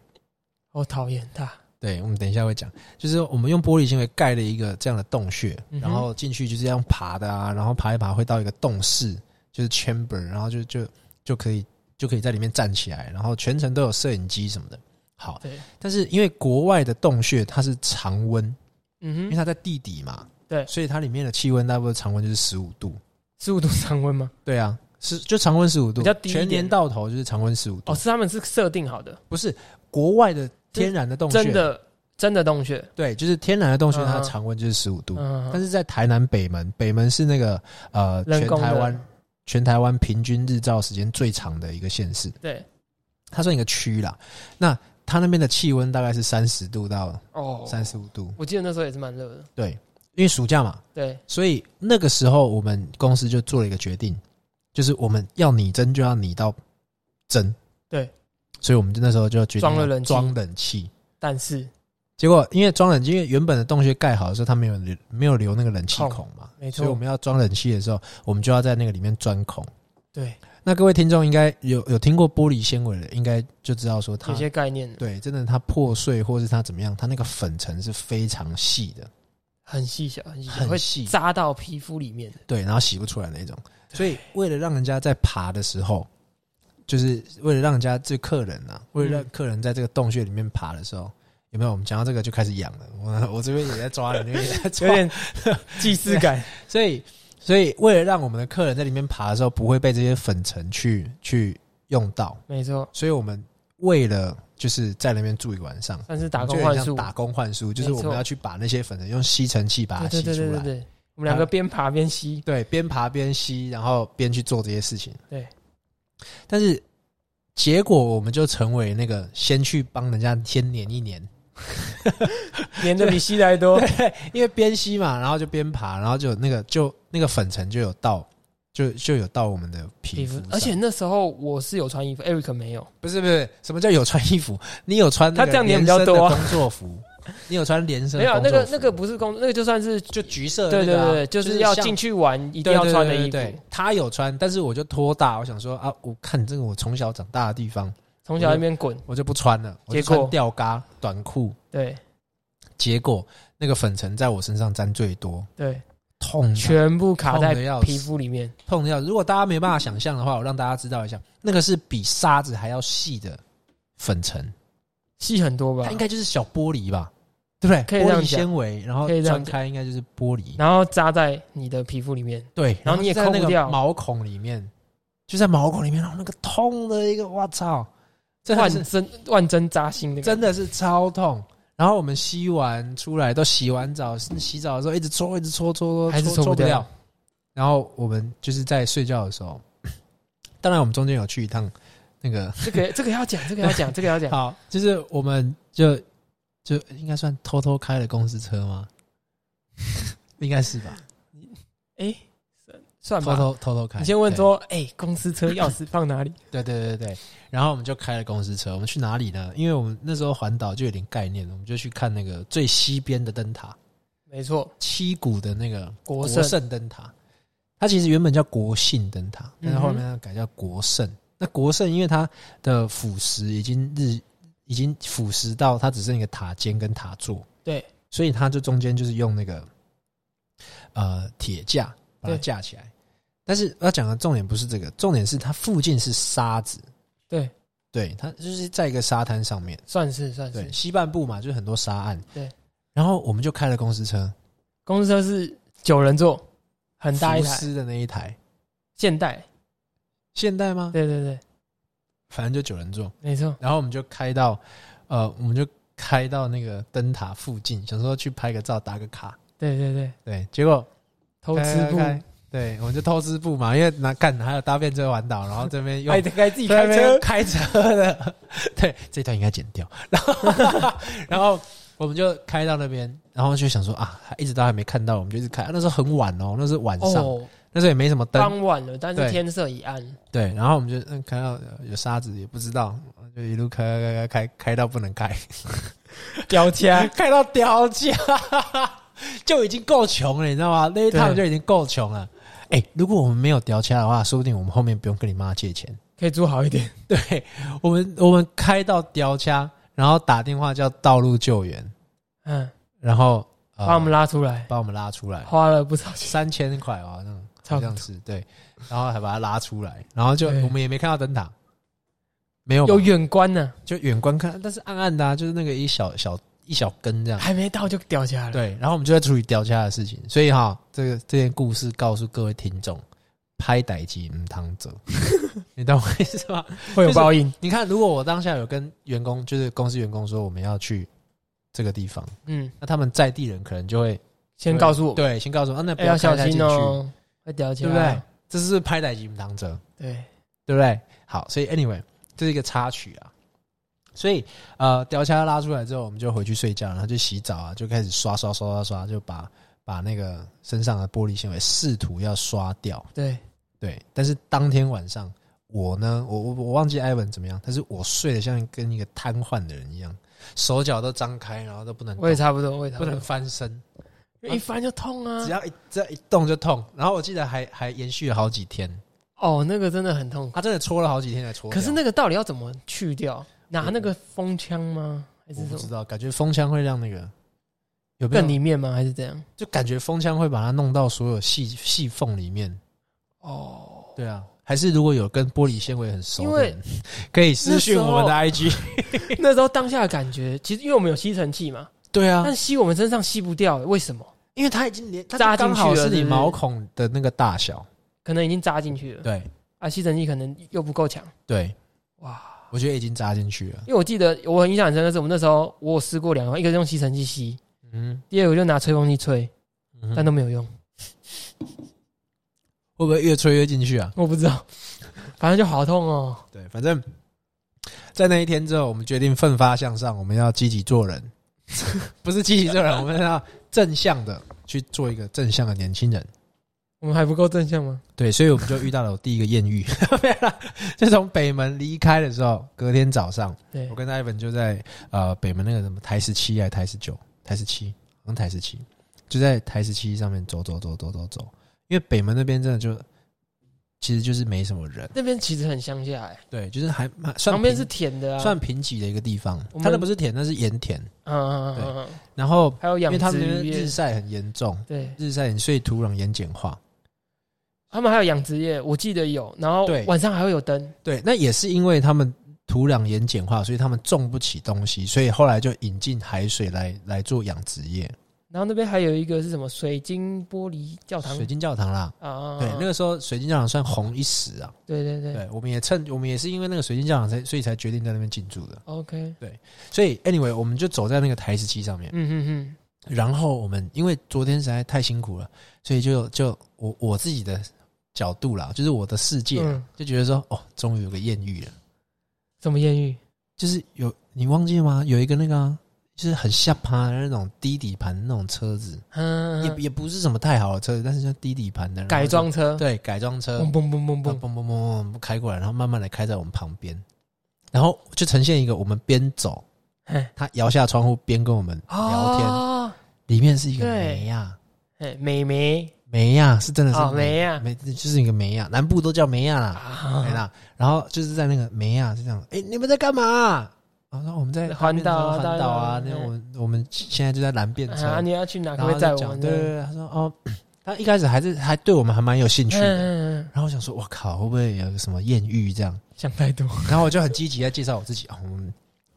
Speaker 2: 我讨厌他。
Speaker 1: 对，我们等一下会讲，就是我们用玻璃纤维盖了一个这样的洞穴，
Speaker 2: 嗯哼
Speaker 1: 然后进去就是这样爬的啊，然后爬一爬会到一个洞室，就是 chamber，然后就就就可以就可以在里面站起来，然后全程都有摄影机什么的。好，
Speaker 2: 对，
Speaker 1: 但是因为国外的洞穴它是常温，因
Speaker 2: 嗯
Speaker 1: 为
Speaker 2: 哼，
Speaker 1: 它在地底嘛，
Speaker 2: 对
Speaker 1: 所以它里面的气温大部分常温就是十五度，
Speaker 2: 十五度常温吗？
Speaker 1: 对啊，是就常温十五度，
Speaker 2: 比较低一点
Speaker 1: 全年到头就是常温十五度，
Speaker 2: 哦，是他们是设定好的，
Speaker 1: 不是国外的天然的洞穴，
Speaker 2: 真的真的洞穴。
Speaker 1: 对，就是天然的洞穴，
Speaker 2: 嗯
Speaker 1: 它的常温就是十五度，
Speaker 2: 嗯，
Speaker 1: 但是在台南北门，北门是那个呃全
Speaker 2: 人工的
Speaker 1: 台湾全台湾平均日照时间最长的一个县市，
Speaker 2: 对
Speaker 1: 它算一个区啦。那它那边的气温大概是三十度到
Speaker 2: 哦，
Speaker 1: 三十五度，
Speaker 2: 我记得那时候也是蛮热的。
Speaker 1: 对，因为暑假嘛，
Speaker 2: 对，
Speaker 1: 所以那个时候我们公司就做了一个决定，就是我们要拟真就要拟到真，
Speaker 2: 对，
Speaker 1: 所以我们就那时候就决定
Speaker 2: 装了
Speaker 1: 要
Speaker 2: 冷气
Speaker 1: 装冷气。
Speaker 2: 但是
Speaker 1: 结果因为装冷气，因为原本的洞穴盖好的时候，它没有留没有留那个冷气孔嘛，
Speaker 2: 没错
Speaker 1: 所以我们要装冷气的时候，我们就要在那个里面钻孔。
Speaker 2: 对
Speaker 1: 那各位听众应该有有听过玻璃纤维的，应该就知道说它
Speaker 2: 有些概念
Speaker 1: 对，真的它破碎或是它怎么样，它那个粉尘是非常细的，
Speaker 2: 很细小，很细小，
Speaker 1: 很
Speaker 2: 会
Speaker 1: 细，
Speaker 2: 扎到皮肤里面的。
Speaker 1: 对，然后洗不出来那种。所以为了让人家在爬的时候，就是为了让人家这客人啊，为
Speaker 2: 嗯
Speaker 1: 了让客人在这个洞穴里面爬的时候，有没有？我们讲到这个就开始痒了，我我这边也在抓人，那边也在抓
Speaker 2: 有 点既视感，
Speaker 1: 所以，所以为了让我们的客人在里面爬的时候不会被这些粉尘去去用到，
Speaker 2: 没错，
Speaker 1: 所以我们为了就是在那边住一晚上，
Speaker 2: 算是打
Speaker 1: 我
Speaker 2: 工
Speaker 1: 们就很像
Speaker 2: 换宿。
Speaker 1: 打工换宿，就是
Speaker 2: 没
Speaker 1: 我
Speaker 2: 错
Speaker 1: 们要去把那些粉尘用吸尘器把它
Speaker 2: 对
Speaker 1: 吸
Speaker 2: 对
Speaker 1: 出来，
Speaker 2: 对对对对，我们两个边爬边吸，
Speaker 1: 对，边爬边吸，然后边去做这些事情，
Speaker 2: 对。
Speaker 1: 但是结果我们就成为那个先去帮人家先粘一粘，
Speaker 2: 粘的比吸的还多。
Speaker 1: 因为边吸嘛，然后就边爬，然后就有那个就那个粉尘就有到。就就有到我们的皮
Speaker 2: 皮
Speaker 1: 肤
Speaker 2: 肤
Speaker 1: 上，，
Speaker 2: 而且那时候我是有穿衣服，Eric 没有。
Speaker 1: 不是不是，什么叫有穿衣服？你有穿那
Speaker 2: 他
Speaker 1: 个
Speaker 2: 这样
Speaker 1: 连
Speaker 2: 粘
Speaker 1: 身
Speaker 2: 比较
Speaker 1: 的
Speaker 2: 多啊
Speaker 1: 工作服，你有穿连身
Speaker 2: 没
Speaker 1: 的
Speaker 2: 有
Speaker 1: 工
Speaker 2: 那
Speaker 1: 作
Speaker 2: 个
Speaker 1: 服
Speaker 2: 那个不是工，那个就算是
Speaker 1: 就橘色的
Speaker 2: 对
Speaker 1: 那
Speaker 2: 对
Speaker 1: 个啊、
Speaker 2: 对，对就是要进
Speaker 1: 去
Speaker 2: 去玩一定要穿的衣
Speaker 1: 对
Speaker 2: 服。
Speaker 1: 他有穿，但是我就脱大，我想说啊，我看这个我从小长大的地方，
Speaker 2: 从小在那边滚，
Speaker 1: 我就不穿了，我就
Speaker 2: 结果
Speaker 1: 穿吊嘎短裤。
Speaker 2: 对
Speaker 1: 结果那个粉尘在我身上沾最多，
Speaker 2: 对，
Speaker 1: 痛啊
Speaker 2: 全部卡在
Speaker 1: 痛得要死
Speaker 2: 皮肤里面。
Speaker 1: 痛的要死。如果大家没办法想象的话，我让大家知道一下，那个是比沙子还要细的粉尘。
Speaker 2: 细很多吧
Speaker 1: 它应，该就是小玻璃吧，对不对？
Speaker 2: 可以这
Speaker 1: 玻
Speaker 2: 样
Speaker 1: 璃
Speaker 2: 讲
Speaker 1: 纤维，然后
Speaker 2: 可以这样
Speaker 1: 钻开应该就是玻璃，
Speaker 2: 然后扎在你的皮肤里面，
Speaker 1: 对，
Speaker 2: 然后你也
Speaker 1: 就在那
Speaker 2: 抠不
Speaker 1: 个
Speaker 2: 掉
Speaker 1: 毛孔里面，就在毛孔里面，然后那个痛的一个，我操，真的
Speaker 2: 万
Speaker 1: 是
Speaker 2: 针万针扎心的感
Speaker 1: 真
Speaker 2: 觉。
Speaker 1: 的是超痛。然后我们吸完出来，都洗完澡，洗澡的时候一直搓，一直搓，搓搓，
Speaker 2: 还是
Speaker 1: 搓
Speaker 2: 搓不
Speaker 1: 不
Speaker 2: 掉
Speaker 1: 掉。然后我们就是在睡觉的时候， 当然我们中间有去一趟那个
Speaker 2: 这个这个要讲，这个要 讲，这个要讲。
Speaker 1: 好，就是我们就就应该算偷偷开了公司车吗？ 应该是吧，
Speaker 2: 哎，算
Speaker 1: 偷
Speaker 2: 吧。
Speaker 1: 偷偷偷开。
Speaker 2: 你先问
Speaker 1: 对，
Speaker 2: 说，哎，公司车钥匙放哪里？
Speaker 1: 对对对对。然后我们就开了公司车，我们去哪里呢？因为我们那时候环岛就有点概念，我们就去看那个最西边的灯塔，
Speaker 2: 没错，
Speaker 1: 七股的那个
Speaker 2: 国
Speaker 1: 国
Speaker 2: 盛
Speaker 1: 盛灯塔。它其实原本叫国信灯塔，但是后面
Speaker 2: 嗯
Speaker 1: 它改叫国盛。那国盛因为它的腐蚀已经日已经腐蚀到它只剩一个塔尖跟塔座，
Speaker 2: 对，
Speaker 1: 所以它就中间就是用那个呃铁架把它
Speaker 2: 对
Speaker 1: 架起来。但是要讲的重点不是这个，重点是它附近是沙子，
Speaker 2: 对
Speaker 1: 对，它就是在一个沙滩上面，
Speaker 2: 算是算
Speaker 1: 对，
Speaker 2: 是。
Speaker 1: 西半部嘛，就是很多沙岸，
Speaker 2: 对。
Speaker 1: 然后我们就开了公司车，
Speaker 2: 公司车是九人座，很大一
Speaker 1: 福
Speaker 2: 台，
Speaker 1: 斯的那一台，
Speaker 2: 现代。
Speaker 1: 现代吗？
Speaker 2: 对对对，
Speaker 1: 反正就九人座。
Speaker 2: 没错。
Speaker 1: 然后我们就开到，呃，我们就开到那个灯塔附近，想说去拍个照打个卡，
Speaker 2: 对对对，
Speaker 1: 对。结果
Speaker 2: 偷吃
Speaker 1: 开
Speaker 2: 布，
Speaker 1: 开开对，我们就偷吃步嘛，因为拿干还有搭便车环岛，然后这边又
Speaker 2: 还得该自己
Speaker 1: 在
Speaker 2: 开
Speaker 1: 那边
Speaker 2: 车。
Speaker 1: 哎开车的， 对，这段应该剪掉。 然后，然后我们就开到那边，然后就想说啊，一直都还没看到，我们就一直开。啊那时候很晚哦，那是晚上，
Speaker 2: 哦，
Speaker 1: 那时候也没什么灯，
Speaker 2: 傍晚了，但
Speaker 1: 对
Speaker 2: 是天色已暗。
Speaker 1: 对。然后我们就嗯开到呃有沙子，也不知道，就一路开开开开开到不能开，
Speaker 2: 标签
Speaker 1: 开到掉价， 就已经够穷了，你知道吗？那一趟
Speaker 2: 对
Speaker 1: 就已经够穷了。哎、如果我们没有掉价的话，说不定我们后面不用跟你妈借钱。
Speaker 2: 可以租好一点。
Speaker 1: 对我们，我们开到雕掐，然后打电话叫道路救援，
Speaker 2: 嗯，
Speaker 1: 然后、呃、
Speaker 2: 把我们拉出来，
Speaker 1: 把我们拉出来，
Speaker 2: 花了不少钱。
Speaker 1: 三千块啊，那种
Speaker 2: 差
Speaker 1: 好
Speaker 2: 不多
Speaker 1: 像是对，然后还把它拉出来，然后就
Speaker 2: 对
Speaker 1: 我们也没看到灯塔，没有嘛
Speaker 2: 有远观呢，
Speaker 1: 就远观看，但是暗暗的、啊，就是那个一小小一小根这样。
Speaker 2: 还没到就掉价了。，
Speaker 1: 对，然后我们就在处理雕掐的事情，所以哈，这个这件故事告诉各位听众，拍歹机唔当 走，你懂我意思吗？
Speaker 2: 会有
Speaker 1: 就是
Speaker 2: 报应。
Speaker 1: 你看，如果我当下有跟员工，就是公司员工说我们要去这个地方，
Speaker 2: 嗯，
Speaker 1: 那他们在地人可能就会
Speaker 2: 先告诉我，
Speaker 1: 对，先告诉我，啊、那不
Speaker 2: 哎，要
Speaker 1: 开
Speaker 2: 小
Speaker 1: 太进
Speaker 2: 心
Speaker 1: 去，
Speaker 2: 哦，会掉价，
Speaker 1: 对不对？这是拍歹吉姆当者，
Speaker 2: 对？
Speaker 1: 对不对？好，所以 anyway，这是一个插曲啊。所以呃，吊掐拉出来之后，我们就回去睡觉，然后就洗澡啊，就开始刷刷刷刷刷，就把把那个身上的玻璃纤维试图要刷掉。
Speaker 2: 对
Speaker 1: 对，但是当天晚上我呢，我我我忘记艾文怎么样，但是我睡得像跟一个瘫痪的人一样，手脚都张开，然后都不能动
Speaker 2: 我也差不多，我也差
Speaker 1: 不
Speaker 2: 不
Speaker 1: 能
Speaker 2: 多，
Speaker 1: 翻身，
Speaker 2: 一翻就痛啊
Speaker 1: 只。要一只要一动就痛。然后我记得还还延续了好几天，
Speaker 2: 哦，那个真的很痛苦。
Speaker 1: 他真的搓了好几天才搓掉。
Speaker 2: 可是那个到底要怎么去掉？拿
Speaker 1: 我
Speaker 2: 那个风枪吗？还
Speaker 1: 我
Speaker 2: 是
Speaker 1: 不
Speaker 2: 什
Speaker 1: 知
Speaker 2: 么？
Speaker 1: 道，感觉风枪会让那个有没
Speaker 2: 更
Speaker 1: 有？
Speaker 2: 里面吗？还是怎样？
Speaker 1: 就感觉风枪会把它弄到所有细细缝里面。
Speaker 2: 哦，
Speaker 1: 对啊，还是如果有跟玻璃纤维很熟
Speaker 2: 因
Speaker 1: 的
Speaker 2: 为
Speaker 1: 人， 可以私讯我们的 IG。
Speaker 2: 那时候当下的感觉，其实因为我们有吸尘器嘛，
Speaker 1: 对啊，
Speaker 2: 但吸我们身上吸不掉，为什么？
Speaker 1: 因为它已经连它
Speaker 2: 扎
Speaker 1: 就
Speaker 2: 进
Speaker 1: 刚
Speaker 2: 去
Speaker 1: 好
Speaker 2: 了
Speaker 1: 是嗯
Speaker 2: 是
Speaker 1: 你
Speaker 2: 不是
Speaker 1: 毛孔的那个大小。
Speaker 2: 可能已经扎进去了
Speaker 1: 对
Speaker 2: 啊，吸尘器可能又不够强
Speaker 1: 对，
Speaker 2: 哇。
Speaker 1: 我觉得已经扎进去了。
Speaker 2: 因为我记得我很印象很深刻，是我们那时候我有试过两个，一个是用吸尘器吸，
Speaker 1: 嗯，
Speaker 2: 第二个就拿吹风机吹，但
Speaker 1: 但
Speaker 2: 都没有用。
Speaker 1: 嗯会不会越吹越进去啊？
Speaker 2: 我不知道， 反正就好痛哦。
Speaker 1: 对，反正，在那一天之后，我们决定奋发向上，我们要积极做人， 不是积极做人，我们要正向的去做一个正向的年轻人。
Speaker 2: 我们还不够正向吗？
Speaker 1: 对，所以我们就遇到了我第一个艳遇， 没有啦就从北门离开的时候，隔天早上，
Speaker 2: 对
Speaker 1: 我，跟艾文就在呃北门那个什么台十七还是台十九，台十七，好像台十七，就在台十七上面走走走走走走，因为北门那边真的就其实就是没什么人，
Speaker 2: 那边其实很乡下哎，
Speaker 1: 对，就是还蛮算
Speaker 2: 旁边
Speaker 1: 平
Speaker 2: 是田的啊，
Speaker 1: 算贫瘠的一个地方
Speaker 2: 我，们
Speaker 1: 它那不是田，那是盐田，
Speaker 2: 嗯嗯嗯嗯嗯，
Speaker 1: 然后
Speaker 2: 还有
Speaker 1: 因
Speaker 2: 养
Speaker 1: 为他们
Speaker 2: 殖
Speaker 1: 那边
Speaker 2: 渔业
Speaker 1: 日，晒很严重，
Speaker 2: 对，
Speaker 1: 日晒所以土壤盐碱化，
Speaker 2: 他们还有养殖业，我记得有，然后
Speaker 1: 对
Speaker 2: 晚上还会有灯，
Speaker 1: 对，那也是因为他们土壤盐碱化，所以他们种不起东西，所以后来就引进海水来来做养殖业，
Speaker 2: 然后那边还有一个是什么水晶玻璃教堂
Speaker 1: 水晶教堂啦。
Speaker 2: 啊啊，啊
Speaker 1: 对，那个时候水晶教堂算红一时啊。
Speaker 2: 对对对
Speaker 1: 对，我们也趁我们也是因为那个水晶教堂才，所以才决定在那边进驻的。
Speaker 2: ，OK，
Speaker 1: 所以 anyway，我们就走在那个台石器上面
Speaker 2: 嗯，嗯嗯，
Speaker 1: 然后我们因为昨天实在太辛苦了，所以就就我我自己的角度啦，就是我的世界啊、
Speaker 2: 嗯
Speaker 1: 就觉得说，哦，终于有个艳遇了，
Speaker 2: 什么艳遇？
Speaker 1: 就是有你忘记了吗？有一个那个啊、就是很下趴的那种低底盘那种车子，
Speaker 2: 嗯，嗯嗯
Speaker 1: 也也不是什么太好的车子，但是就低底盘的然后就
Speaker 2: 改装车，
Speaker 1: 对改装车，
Speaker 2: 嘣嘣嘣
Speaker 1: 嘣
Speaker 2: 嘣嘣，
Speaker 1: 嘣嘣嘣嘣开过来，然后慢慢的开在我们旁边，然后就呈现一个我们边走，
Speaker 2: 嘿
Speaker 1: 他摇下窗户边跟我们啊聊天，
Speaker 2: 哦
Speaker 1: 里面是一个
Speaker 2: 对
Speaker 1: 梅啊亚，
Speaker 2: 哎，美眉
Speaker 1: 梅亚是真的
Speaker 2: 哦
Speaker 1: 是
Speaker 2: 梅亚
Speaker 1: 梅就是一个梅亚，南部都叫梅亚啦，梅
Speaker 2: 啊，
Speaker 1: 啦，然后就是在那个梅亚是这样，哎，你们在干嘛啊？然后说我们在
Speaker 2: 环岛啊
Speaker 1: 环岛啊，
Speaker 2: 大家
Speaker 1: 那我们我们现在就在蓝便车，
Speaker 2: 啊，你要去哪？
Speaker 1: 然
Speaker 2: 可不
Speaker 1: 后
Speaker 2: 可以载
Speaker 1: 就
Speaker 2: 我
Speaker 1: 讲
Speaker 2: 们
Speaker 1: 对对对，
Speaker 2: 呢？
Speaker 1: 他说哦， 他一开始还是还对我们还蛮有兴趣
Speaker 2: 嗯
Speaker 1: 的。
Speaker 2: 嗯，嗯
Speaker 1: 然后我想说，我靠，会不会有什么艳遇这样？
Speaker 2: 想太多。
Speaker 1: 然后我就很积极在介绍我自己啊，我们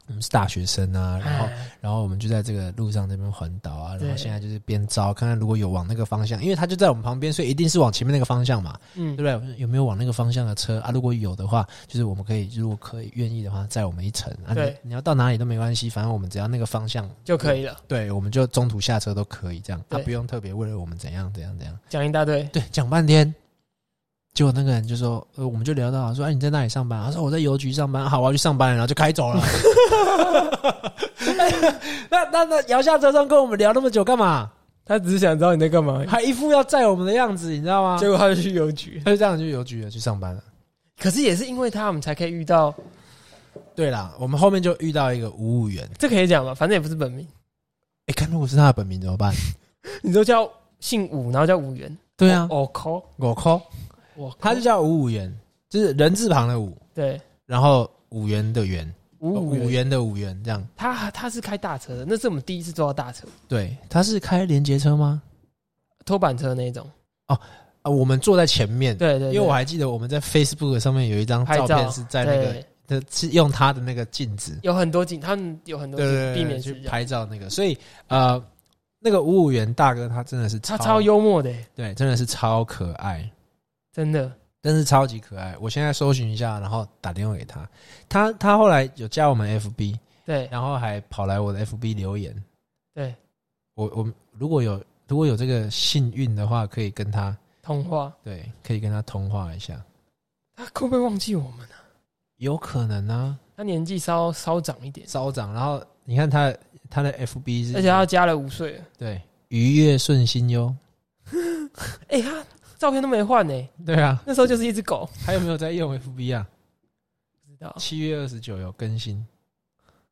Speaker 1: 我们是大学生啊，然后
Speaker 2: 哎
Speaker 1: 然后我们就在这个路上这边环岛啊，然后
Speaker 2: 对
Speaker 1: 现在就是边招看看如果有往那个方向，因为他就在我们旁边，所以一定是往前面那个方向嘛，
Speaker 2: 嗯
Speaker 1: 对不，对？有没有往那个方向的车啊？如果有的话，就是我们可以，如果可以愿意的话，载我们一程啊。你
Speaker 2: 对
Speaker 1: 你要到哪里都没关系，反正我们只要那个方向
Speaker 2: 就可，以了，
Speaker 1: 对，我们就中途下车都可以这样，他、啊
Speaker 2: 对
Speaker 1: 不用特别为了我们怎样怎样怎样。
Speaker 2: 讲一 大堆。
Speaker 1: 对，讲半天，结果那个人就说，呃，我们就聊到说，哎，你在哪里上班啊？他说我在邮局上班，好，我要去上班了，然后就开走了。 那那那摇下车窗跟我们聊那么久干嘛？
Speaker 2: 他只是想知道你在 干嘛，
Speaker 1: 还一副要载我们的样子，你知道吗？
Speaker 2: 结果他就去邮局。
Speaker 1: 他就这样去邮局了，去上班了。
Speaker 2: 可是也是因为他，我们才可以遇到。
Speaker 1: 对啦，我们后面就遇到一个服务员，
Speaker 2: 这可以讲吧？反正也不是本名，
Speaker 1: 哎，看如果是他的本名怎么办？
Speaker 2: 你都叫姓武，然后叫武元。哦
Speaker 1: 对啊，
Speaker 2: 我靠，
Speaker 1: 我靠，
Speaker 2: 我
Speaker 1: 他就叫五五元，就是人字旁的五，
Speaker 2: 对
Speaker 1: 然后五元的元，
Speaker 2: 五
Speaker 1: 五
Speaker 2: 武元，
Speaker 1: 哦元的五元这样。
Speaker 2: 他他是开大车的，那是我们第一次坐到大车，
Speaker 1: 对，他是开连接车吗？
Speaker 2: 拖板车那一种。
Speaker 1: 啊，我们坐在前面，
Speaker 2: 对对，对
Speaker 1: 因为我还记得我们在 Facebook 上面有一张
Speaker 2: 拍
Speaker 1: 照片
Speaker 2: 照
Speaker 1: 是在那个
Speaker 2: 对
Speaker 1: 的，是用他的那个镜子，
Speaker 2: 有很多景，他们有很多
Speaker 1: 对对
Speaker 2: 景
Speaker 1: 对，
Speaker 2: 避免
Speaker 1: 去
Speaker 2: 死角。
Speaker 1: 拍照那个，所以呃，那个五五元大哥他真的是
Speaker 2: 他超，幽默的，
Speaker 1: 对，真的是超可爱，
Speaker 2: 真的。
Speaker 1: 真是超级可爱。我现在搜寻一下，然后打电话给他，他他后来有加我们 FB，
Speaker 2: 对
Speaker 1: 然后还跑来我的 FB 留言，
Speaker 2: 对，
Speaker 1: 我我如果有如果有这个幸运的话，可以跟他
Speaker 2: 通话，
Speaker 1: 对，可以跟他通话一下，
Speaker 2: 他会不会忘记我们啊？
Speaker 1: 有可能啊。
Speaker 2: 他年纪稍稍长一点，
Speaker 1: 稍长，然后你看他的他的 FB 是，
Speaker 2: 而且他加了五岁了。
Speaker 1: 对愉悦顺心哟，
Speaker 2: 哎，他照片都没换呢，
Speaker 1: 对啊，
Speaker 2: 那时候就是一只狗，
Speaker 1: 还有没有在用 FB 啊？
Speaker 2: 不知道。
Speaker 1: 七月二十九有更新，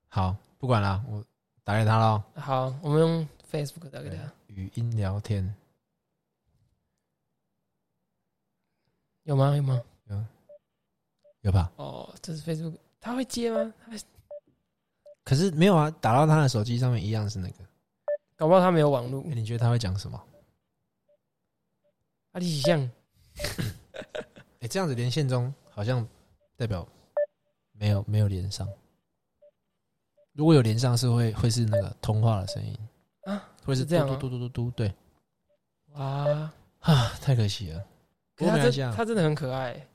Speaker 1: 好，不管啦，我打给他喽，
Speaker 2: 好，我们用 Facebook 打给
Speaker 1: 对
Speaker 2: 他，
Speaker 1: 语音聊天，
Speaker 2: 有吗？有吗？
Speaker 1: 有吧？
Speaker 2: 哦，这是 Facebook，他会接吗？他会
Speaker 1: 可是没有啊，打到他的手机上面一样是那个，
Speaker 2: 搞不好他没有网络
Speaker 1: 诶，你觉得他会讲什么？
Speaker 2: 他理想
Speaker 1: 哎、这样子连线中好像代表没有没有连上，如果有连上是会会是那个通话的声音，
Speaker 2: 啊，
Speaker 1: 会是
Speaker 2: 是这样
Speaker 1: 嘟
Speaker 2: 啊
Speaker 1: 嘟嘟嘟嘟嘟，对
Speaker 2: 哇，
Speaker 1: 啊，太可惜了。不
Speaker 2: 可
Speaker 1: 过没关
Speaker 2: 是他
Speaker 1: 系啊
Speaker 2: 真他真的很可爱，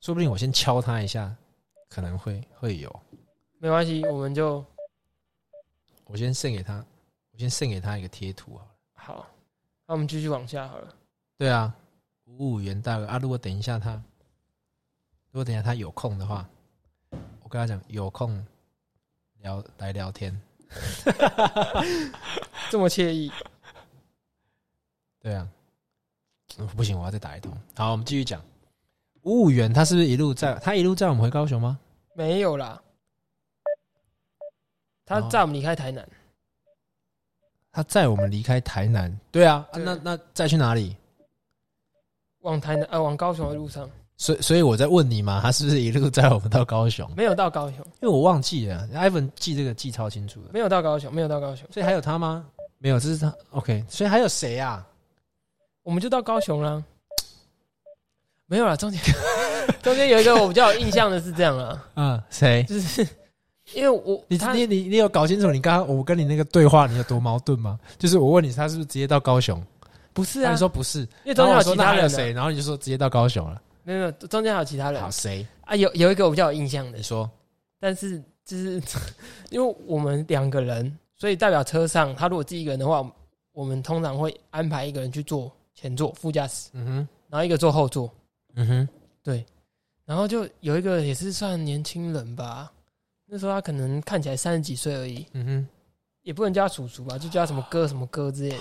Speaker 1: 说不定我先敲他一下，可能会会有。
Speaker 2: 没关系，我们就
Speaker 1: 我先送给他，我先送给他一个贴图好啊了。
Speaker 2: 好，那我们继续往下好了。
Speaker 1: 对啊，五五元大哥啊，如果等一下他，如果等一下他有空的话，我跟他讲有空聊来聊天。
Speaker 2: 这么惬意，
Speaker 1: 对啊，嗯不行，我要再打一通。好，我们继续讲。五五元他是不是一路载他一路载我们回高雄吗？
Speaker 2: 没有啦。他
Speaker 1: 哦
Speaker 2: 载我们离开台南，
Speaker 1: 他载我们离开台南。对啊，啊
Speaker 2: 对
Speaker 1: 那那再去哪里？
Speaker 2: 往台南呃往高雄的路上，
Speaker 1: 所以所以我在问你嘛，他是不是一路载我们到高雄？
Speaker 2: 没有到高雄，
Speaker 1: 因为我忘记了，Ivan 记这个记超清楚的，
Speaker 2: 没有到高雄，没有到高雄，
Speaker 1: 所以还有他吗？没有，这是他。OK，所以还有谁啊？
Speaker 2: 我们就到高雄啦。没有啦，中间 中间有一个我比较有印象的是这样啦，
Speaker 1: 嗯，谁？
Speaker 2: 就是 因为我
Speaker 1: 你
Speaker 2: 他
Speaker 1: 你你你有搞清楚你刚刚我跟你那个对话你有多矛盾吗？就是我问你他是不是直接到高雄，
Speaker 2: 不是
Speaker 1: 他
Speaker 2: 啊
Speaker 1: 就，说不是，
Speaker 2: 因为中
Speaker 1: 然后我
Speaker 2: 间有
Speaker 1: 说
Speaker 2: 其
Speaker 1: 那
Speaker 2: 他
Speaker 1: 还
Speaker 2: 人
Speaker 1: 有
Speaker 2: 啊
Speaker 1: 谁，然后你就说直接到高雄了。
Speaker 2: 没有没有，中间还有其他人
Speaker 1: 好，谁？
Speaker 2: 啊，有有一个我比较有印象的
Speaker 1: 你，说
Speaker 2: 但是就是 因为我们两个人，所以代表车上他如果自己一个人的话，我们通常会安排一个人去坐前座副驾驶，
Speaker 1: 嗯哼
Speaker 2: 然后一个坐后座，
Speaker 1: 嗯哼，
Speaker 2: 然后就有一个也是算年轻人吧，那时候他可能看起来三十几岁而已，
Speaker 1: 嗯哼，
Speaker 2: 也不能叫他叔叔吧，就叫他什么哥什么哥之类的。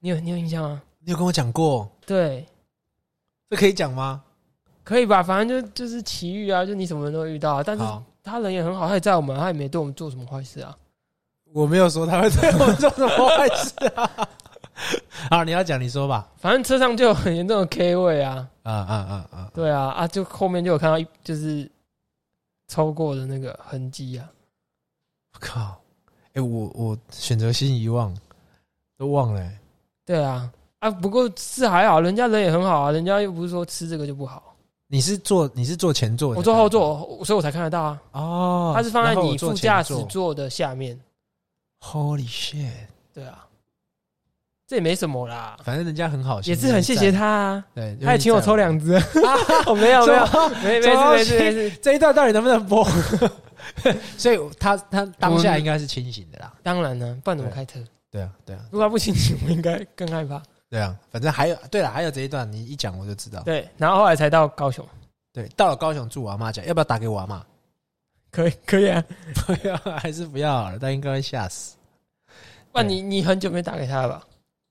Speaker 2: 你有你有印象吗？
Speaker 1: 你有跟我讲过，
Speaker 2: 对，
Speaker 1: 这可以讲吗？
Speaker 2: 可以吧？反正就就是奇遇啊，就你什么人都会遇到啊。但是
Speaker 1: 好，
Speaker 2: 他人也很好，他也在我们，他也没对我们做什么坏事啊。
Speaker 1: 我没有说他会对我做什么坏事啊。好，你要讲你说吧。
Speaker 2: 反正车上就有很严重的 K 位啊。
Speaker 1: 啊啊啊啊！
Speaker 2: 对啊啊，就后面就有看到一就是抽过的那个痕迹啊，
Speaker 1: 我靠！哎、我我选择性遗忘，都忘了、欸。
Speaker 2: 对啊，啊，不过是还好，人家人也很好啊，人家又不是说吃这个就不好。
Speaker 1: 你是坐你是坐前座，
Speaker 2: 我坐后座，所以我才看得到啊。
Speaker 1: 哦，
Speaker 2: 它是放在
Speaker 1: 然后我
Speaker 2: 你
Speaker 1: 坐
Speaker 2: 副
Speaker 1: 前
Speaker 2: 驾驶
Speaker 1: 座
Speaker 2: 座的下面，
Speaker 1: Holy shit！
Speaker 2: 对啊，这也没什么啦，
Speaker 1: 反正人家很好心，
Speaker 2: 也是很谢谢
Speaker 1: 他，
Speaker 2: 他啊，
Speaker 1: 对，
Speaker 2: 他也请我抽
Speaker 1: 两。
Speaker 2: 两只， 我没有没有没没
Speaker 1: 什么
Speaker 2: 事没事没事，
Speaker 1: 这一段到底能不能播？ 所以他他当下应该是清醒的啦。
Speaker 2: 当然呢，不然怎么开车？
Speaker 1: 对啊，对啊，
Speaker 2: 如果他不清醒，我应该更害怕。
Speaker 1: 对啊，反正还有对了，还有这一段你一讲我就知道。
Speaker 2: 对，然后后来才到高雄，
Speaker 1: 对，到了高雄住我阿妈家，要不要打给我阿妈？
Speaker 2: 可以可以啊。
Speaker 1: 不要，还是不要好了，但应该会吓死。
Speaker 2: 那你你很久没打给他了吧？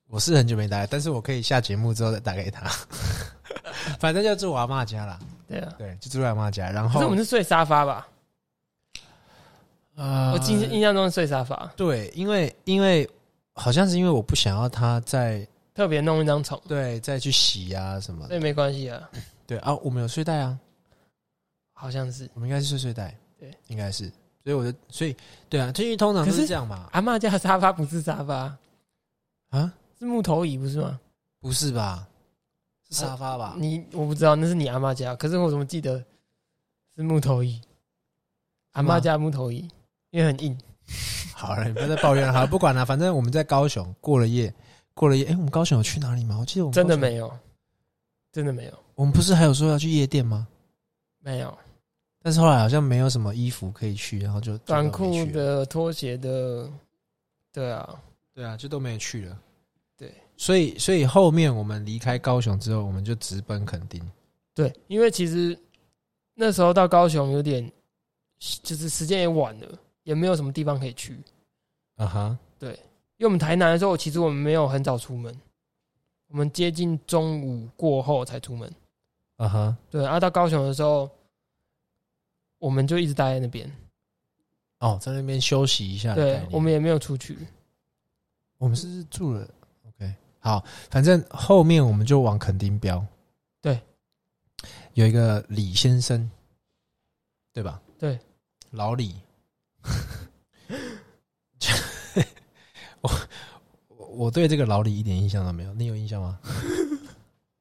Speaker 1: 我是很久没打，但是我可以下节目之后再打给 他。反正就住我阿妈家啦，
Speaker 2: 对啊，
Speaker 1: 对，就住我阿妈家。然
Speaker 2: 可
Speaker 1: 后
Speaker 2: 是我们是睡沙发吧？
Speaker 1: 呃
Speaker 2: 我印印象中是睡沙发，
Speaker 1: 对，因为因为好像是因为我不想要他再
Speaker 2: 特别弄一张床，
Speaker 1: 对再去洗啊什么
Speaker 2: 所
Speaker 1: 的。
Speaker 2: 以没关系啊，
Speaker 1: 对啊，我们有睡袋啊，
Speaker 2: 好像是
Speaker 1: 我们应该是睡睡袋，
Speaker 2: 对，
Speaker 1: 应该是。所以我就所以对啊，因为通常都
Speaker 2: 可
Speaker 1: 是
Speaker 2: 是
Speaker 1: 这样嘛
Speaker 2: 阿嬷家的沙发不是沙发，
Speaker 1: 啊，
Speaker 2: 是木头椅不是吗？
Speaker 1: 不是吧？是沙发吧？
Speaker 2: 你我不知道那是你阿妈家，可是我怎么记得是木头椅？阿妈家木头椅，因为很硬。
Speaker 1: 好了，你不要再抱怨了，好了，不管了，反正我们在高雄过了夜，过了夜。哎、我们高雄有去哪里吗？我记得我们
Speaker 2: 真的
Speaker 1: 高雄，
Speaker 2: 没有，真的没有，
Speaker 1: 我们不是还有说要去夜店吗？
Speaker 2: 没有
Speaker 1: 但是后来好像没有什么衣服可以去，然后就就都
Speaker 2: 短
Speaker 1: 没
Speaker 2: 裤
Speaker 1: 去了啊
Speaker 2: 的、拖鞋的，对啊，
Speaker 1: 对啊，就都没有去了。
Speaker 2: 对，
Speaker 1: 所以所以后面我们离开高雄之后，我们就直奔垦丁。
Speaker 2: 对，因为其实那时候到高雄有点，就是时间也晚了，也没有什么地方可以去。
Speaker 1: 啊哈，
Speaker 2: 因为我们台南的时候，其实我们没有很早出门，我们接近中午过后才出门。
Speaker 1: 啊哈，
Speaker 2: 对，啊，到高雄的时候，我们就一直待在那边，
Speaker 1: 哦，在那边休息一下的概
Speaker 2: 对
Speaker 1: 念。
Speaker 2: 我们也没有出去。
Speaker 1: 我们是住了，OK，好，反正后面我们就往垦丁飙。
Speaker 2: 对，
Speaker 1: 有一个李先生，对吧？
Speaker 2: 对，
Speaker 1: 老李。 我我我对这个老李一点印象都没有，你有印象吗？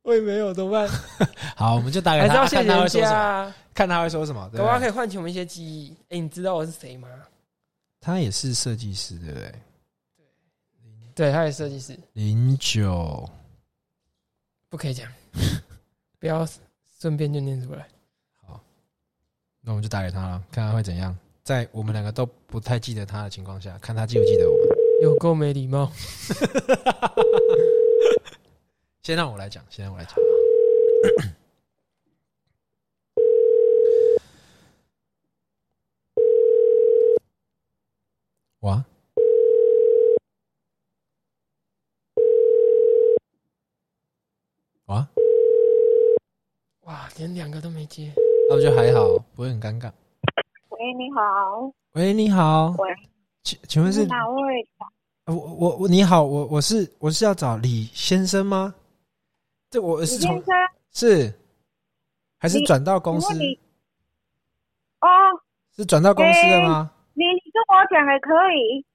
Speaker 2: 我也没有，怎么办？
Speaker 1: 好，我们就打给
Speaker 2: 还是
Speaker 1: 哎他，
Speaker 2: 要谢谢
Speaker 1: 看他
Speaker 2: 人
Speaker 1: 会说什么，看他会说
Speaker 2: 家啊，
Speaker 1: 什么。对
Speaker 2: 搞
Speaker 1: 不
Speaker 2: 不好
Speaker 1: 对
Speaker 2: 可以唤起我们一些记忆。哎、你知道我是谁吗？
Speaker 1: 他也是设计师，对不对？
Speaker 2: 对，他也是设计师，
Speaker 1: 零九，
Speaker 2: 不可以讲， 不要顺便就念出来。
Speaker 1: 那我们就打给他了，看他会怎样。在我们两个都不太记得他的情况下，看他记不记得我们。
Speaker 2: 有够没礼貌。
Speaker 1: 先让我来讲，先让我来讲。哇！哇，
Speaker 2: 哇，连两个都没接。
Speaker 1: 那我觉得还好，不会很尴尬。
Speaker 5: 喂，你好，
Speaker 1: 喂，你好，
Speaker 5: 喂，
Speaker 1: 请请问是呃
Speaker 5: 你哪位？
Speaker 1: 我我我你好，我我是我是要找李先生吗？这我
Speaker 5: 李
Speaker 1: 是
Speaker 5: 先
Speaker 1: 从
Speaker 5: 生，
Speaker 1: 是还是
Speaker 5: 你
Speaker 1: 转到公
Speaker 5: 请
Speaker 1: 司
Speaker 5: 问你哦，
Speaker 1: 是转到公司的吗？
Speaker 5: 你你跟我讲也可以，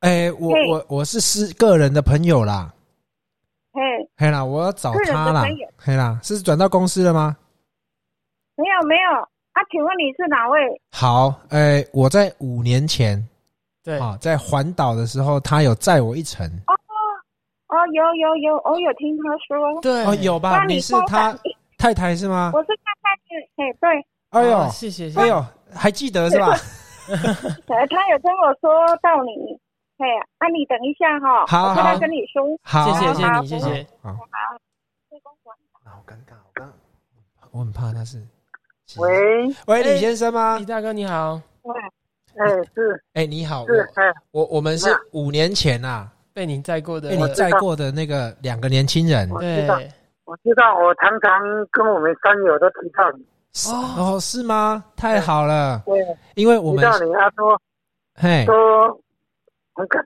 Speaker 1: 哎、我
Speaker 5: 嘿
Speaker 1: 我我是私个人的朋友啦，
Speaker 5: 嘿，
Speaker 1: 嘿啦，我要找他
Speaker 5: 个人的
Speaker 1: 啦
Speaker 5: 朋友，
Speaker 1: 嘿啦，是转到公司了吗？
Speaker 5: 没有没有啊，请问你是哪位？
Speaker 1: 好，哎、我在五年前
Speaker 2: 对，
Speaker 1: 啊、在环岛的时候，他有载我一程，
Speaker 5: 哦哦，有有有，我有听他说，
Speaker 2: 对，
Speaker 1: 哦，有吧？
Speaker 5: 那
Speaker 1: 你
Speaker 5: 你
Speaker 1: 是
Speaker 5: 说
Speaker 1: 他
Speaker 5: 吧
Speaker 1: 太太是吗？
Speaker 5: 我是看看是，嘿，对，
Speaker 1: 哎呦
Speaker 2: 啊，谢谢，谢
Speaker 1: 哎
Speaker 2: 谢。
Speaker 1: 呦，还记得是吧？
Speaker 5: 呃他有跟我说到你，嘿，啊，你等一下哈，
Speaker 1: 好
Speaker 5: 我跟
Speaker 1: 好
Speaker 5: 他跟你说，
Speaker 1: 好，
Speaker 2: 谢谢，谢谢
Speaker 5: 好
Speaker 2: 你，谢谢。
Speaker 1: 啊好尴尬，我刚我很怕他是。
Speaker 6: 喂，
Speaker 1: 喂，
Speaker 2: 哎
Speaker 1: 李先生吗
Speaker 2: 李？大哥你好，
Speaker 6: 哎、是
Speaker 1: 哎、你好，
Speaker 6: 是，
Speaker 1: 我
Speaker 6: 哎、
Speaker 1: 我我们是
Speaker 6: 是啊
Speaker 1: 五年前啊，
Speaker 2: 被你载过的
Speaker 1: 被，你载过的那个两个年轻人，
Speaker 6: 我知道
Speaker 2: 对，
Speaker 6: 我知道，我常常跟我们山友都提到你，
Speaker 1: 是
Speaker 2: 哦
Speaker 1: 哦，是吗？太好了，
Speaker 6: 对，
Speaker 1: 因为我
Speaker 6: 提
Speaker 1: 们哎
Speaker 6: 到你，他啊说
Speaker 1: 嘿
Speaker 6: 说很感，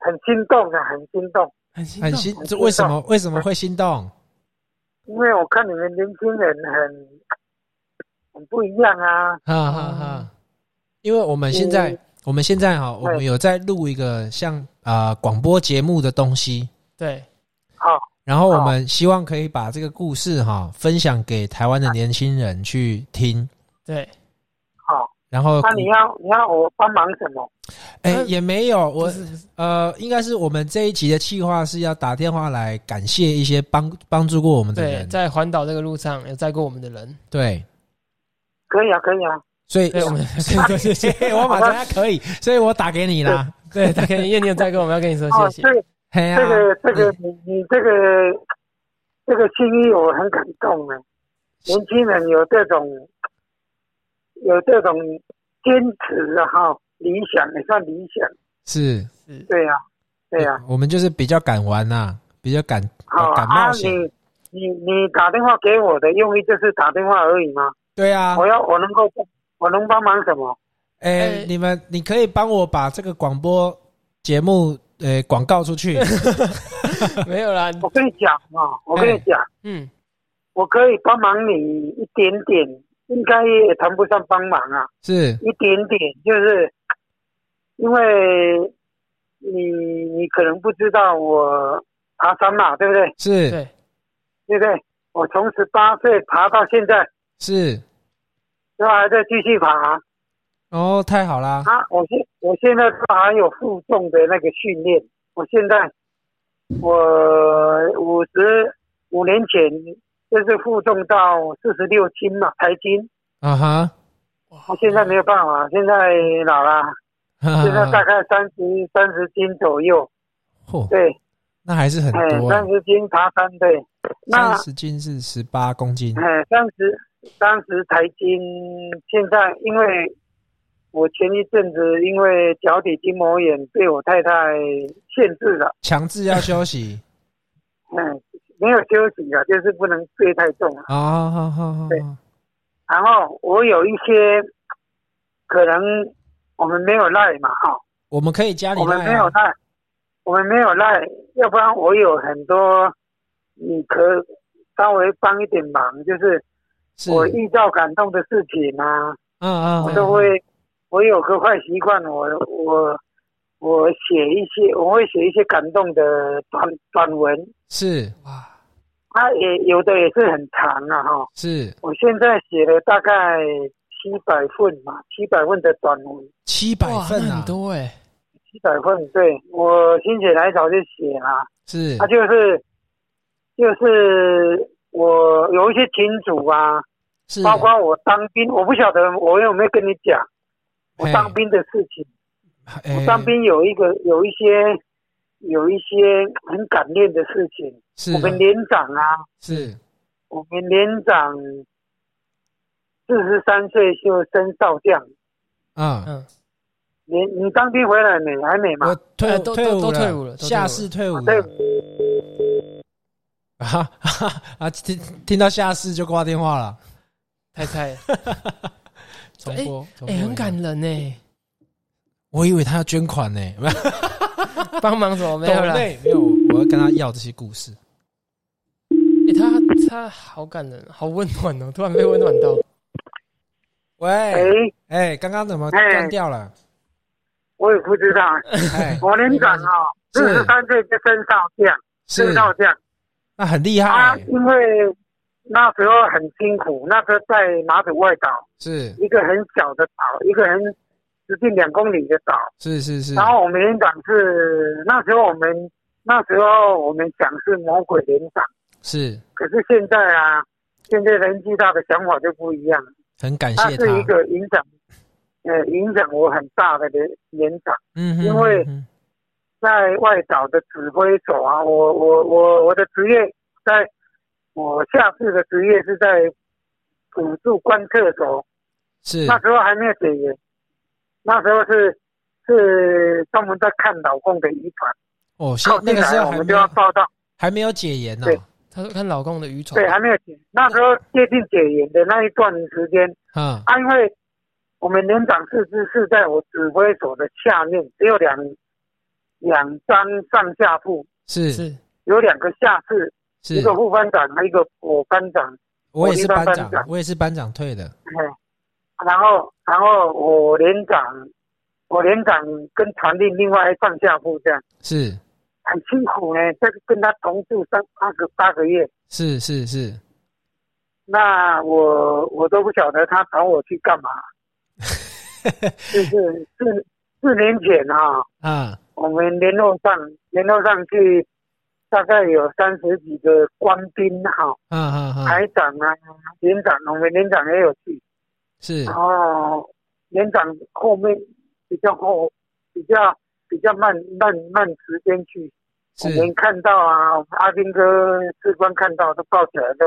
Speaker 6: 很心动啊，很心动，
Speaker 2: 很心
Speaker 1: 很
Speaker 2: 动
Speaker 1: 心，这
Speaker 6: 动
Speaker 1: 为什么为什么会心动？
Speaker 6: 因为我看你们年轻人很很不一样啊，
Speaker 1: 哈哈哈！因为我们现
Speaker 6: 嗯
Speaker 1: 在我们现在哈，我呃们有在录一个像啊广播节目的东西，
Speaker 2: 对，
Speaker 1: 然后我们希望可以把这个故事哈分享给台湾的年轻人去听，
Speaker 2: 对，
Speaker 6: 好，
Speaker 1: 然后
Speaker 6: 啊那你要你要我帮忙什么？
Speaker 1: 哎、
Speaker 2: 嗯
Speaker 1: 也没有，我
Speaker 2: 不是不是
Speaker 1: 呃，应该是我们这一集的计划是要打电话来感谢一些帮帮助过我们的
Speaker 2: 对，
Speaker 1: 人，
Speaker 2: 在环岛这个路上有载过我们的人，
Speaker 1: 对，
Speaker 6: 可以啊，可以啊，
Speaker 1: 所以
Speaker 2: 对我们，
Speaker 1: 谢谢，我马上要可以，所以我打给你啦，
Speaker 2: 对，他可以，因为你有载过我们，要跟你说
Speaker 6: 哦，
Speaker 2: 谢
Speaker 6: 这
Speaker 2: 谢。
Speaker 1: 嘿呀、
Speaker 6: 这个这个
Speaker 1: 嗯
Speaker 6: 你你这个这个心意我很感动啊，年轻人有这种有这种坚持啊哈，理想也算理想，
Speaker 1: 是，
Speaker 2: 是，
Speaker 6: 对呀、对呀、
Speaker 1: 我们就是比较敢玩呐、比较敢、
Speaker 6: 好
Speaker 1: 敢
Speaker 6: 啊
Speaker 1: 冒，险，
Speaker 6: 你你你打电话给我的用意就是打电话而已吗？
Speaker 1: 对啊
Speaker 6: 我，要我能够我能帮忙什么？
Speaker 1: 哎、
Speaker 2: 哎
Speaker 1: 你们你可以帮我把这个广播节目呃广告出去，
Speaker 2: 没有
Speaker 1: 嗯
Speaker 2: 啦，
Speaker 1: 哦
Speaker 6: 我跟你讲啊，我跟你
Speaker 1: 哎
Speaker 6: 讲，
Speaker 2: 嗯，
Speaker 6: 我可以帮忙你一点点，应该也谈不上帮忙啊，
Speaker 1: 是
Speaker 6: 一点点，就是因为你你可能不知道我爬山嘛，对不对？
Speaker 1: 是
Speaker 2: 对，
Speaker 6: 对不对？我从十八岁爬到现在，
Speaker 1: 是，
Speaker 6: 都还在继续爬啊！
Speaker 1: 哦，太好啦，
Speaker 6: 我现我现在都还有负重的那个训练。我现在我五十五年前就是负重到四十六斤嘛，台斤。
Speaker 1: 啊哈，
Speaker 6: 我现在没有办法，现在老了，
Speaker 1: 哈
Speaker 6: 现在
Speaker 1: 哈
Speaker 6: 大
Speaker 1: 哈
Speaker 6: 概三十三十斤左右。
Speaker 1: 嚯
Speaker 6: 对，
Speaker 1: 那还是很
Speaker 6: 哎，
Speaker 1: 多、啊
Speaker 6: 三，十斤爬山对，那
Speaker 1: 三十斤是十八公斤，
Speaker 6: 哎三十三十台斤，现在因为我前一阵子因为脚底筋膜炎被我太太限制了，
Speaker 1: 强制要休息
Speaker 6: 嗯，没有休息啊，就是不能背太重啊。
Speaker 1: 啊，好好好，
Speaker 6: 对
Speaker 1: 好
Speaker 6: 然后我有一些可能我们没有赖嘛，哈、
Speaker 1: 我们可以加你
Speaker 6: 我们没
Speaker 1: 赖、
Speaker 6: 有
Speaker 1: 啊，
Speaker 6: 赖，我们没有赖，要不然我有很多，你可稍微帮一点忙，就是
Speaker 1: 是，
Speaker 6: 我遇到感动的事情啊，
Speaker 1: 嗯嗯，
Speaker 6: 我
Speaker 1: 嗯
Speaker 6: 都会，我有个坏习惯，我我我写一些，我会写一些感动的短短文，
Speaker 1: 是
Speaker 2: 哇，
Speaker 6: 它也有的也是很长啊哈，
Speaker 1: 是
Speaker 6: 我现在写了大概七百份嘛，七百份的短文，
Speaker 1: 七百
Speaker 2: 哇，
Speaker 1: 份
Speaker 2: 那
Speaker 1: 啊
Speaker 2: 很，多哎，
Speaker 6: 七百份，对我心血来潮就写啦、
Speaker 1: 是
Speaker 6: 他、就是就是我有一些群主啊，
Speaker 1: 是，
Speaker 6: 包括我当兵，我不晓得我有没有跟你讲我
Speaker 1: 嘿
Speaker 6: 当兵的事情。
Speaker 1: 哎
Speaker 6: 我当兵有一个有一些有一些很感念的事情。
Speaker 1: 是
Speaker 6: 我们连长啊，
Speaker 1: 是
Speaker 6: 我们连长四十三岁就升少将。
Speaker 1: 啊，
Speaker 2: 嗯，
Speaker 6: 你你当兵回来没？还没嘛
Speaker 1: 我？退
Speaker 2: 呃都
Speaker 1: 退
Speaker 2: 都
Speaker 1: 伍
Speaker 2: 都退伍
Speaker 1: 了，
Speaker 2: 了都
Speaker 1: 下
Speaker 2: 退伍
Speaker 1: 士退伍
Speaker 6: 对，
Speaker 1: 了，啊哈哈啊，听听到下士就挂电话了，
Speaker 2: 太 菜了，
Speaker 1: 重
Speaker 2: 哎
Speaker 1: 播，重播
Speaker 2: 哎，
Speaker 1: 一
Speaker 2: 很
Speaker 1: 下
Speaker 2: 感，人哎，
Speaker 1: 我以为他要捐款呢，没有
Speaker 2: 帮忙什么没有啦，哎，
Speaker 1: 内没有，我要跟他要这些故事，
Speaker 2: 他他好感人，好温暖哦，突然被温暖到，
Speaker 6: 哎、
Speaker 1: 喂，哎，刚刚怎么
Speaker 6: 哎
Speaker 1: 断掉了？
Speaker 6: 我也不 知道。
Speaker 1: 哎，
Speaker 6: 我连长啊，
Speaker 1: 是
Speaker 6: 四十三岁就升少将，
Speaker 1: 是
Speaker 6: 升，少将。
Speaker 1: 那很厉
Speaker 6: 他
Speaker 1: 害，
Speaker 6: 因为那时候很辛苦，那时候在马祖外岛，
Speaker 1: 是
Speaker 6: 一个很小的岛，一个很直径两公里的岛。
Speaker 1: 是是是，
Speaker 6: 然后我们连长是那时候我们那时候我们想是魔鬼连长，
Speaker 1: 是
Speaker 6: 可是现在啊，现在人巨大的想法就不一样，
Speaker 1: 很感
Speaker 6: 他
Speaker 1: 谢
Speaker 6: 是一个影响，呃，影响我很大的连连长。
Speaker 1: 嗯哼，
Speaker 6: 因为
Speaker 1: 嗯哼
Speaker 6: 在外岛的指挥手啊，我我我我的职业在，我下次的职业是在辅助观测所，
Speaker 1: 是
Speaker 6: 那时候还没有解严，那时候是是专门在看老共的遗传，
Speaker 1: 哦，现
Speaker 6: 靠
Speaker 1: 那
Speaker 6: 近
Speaker 1: 个时
Speaker 6: 来
Speaker 1: 候
Speaker 6: 我
Speaker 1: 还
Speaker 6: 们
Speaker 1: 没
Speaker 6: 就要
Speaker 1: 有哦
Speaker 6: 报道，
Speaker 1: 还没有解严哦呢，
Speaker 6: 对
Speaker 2: 他说看老公的渔船
Speaker 6: 对，，还没有解，那时候接近解严的那一段时间，
Speaker 1: 啊，
Speaker 6: 啊，因为我们连长四支是在我指挥所的下面，只有两两张上下铺，
Speaker 1: 是
Speaker 2: 是
Speaker 6: 有两个下士。一
Speaker 1: 是
Speaker 6: 个，副班长，一个我班长，
Speaker 1: 我也是班
Speaker 6: 我一
Speaker 1: 长
Speaker 6: 般班长，
Speaker 1: 我也是班长退的，
Speaker 6: 哎，然后然后我连长，我连长跟团令另外上下部这样，
Speaker 1: 是
Speaker 6: 很辛苦呢，这个跟他同住三八个八个月，
Speaker 1: 是是是，
Speaker 6: 那我我都不晓得他找我去干嘛。就是四四年前啊，
Speaker 1: 啊
Speaker 6: 我们联络上联络上去，大概有三十几个官兵哈、
Speaker 1: 啊啊啊，
Speaker 6: 排长啊、连长，我们连长也有去。
Speaker 1: 是
Speaker 6: 然后连长后面比较后，比较比较慢慢慢时间去，我
Speaker 1: 是
Speaker 6: 们看到啊，阿兵哥士官看到都抱起来都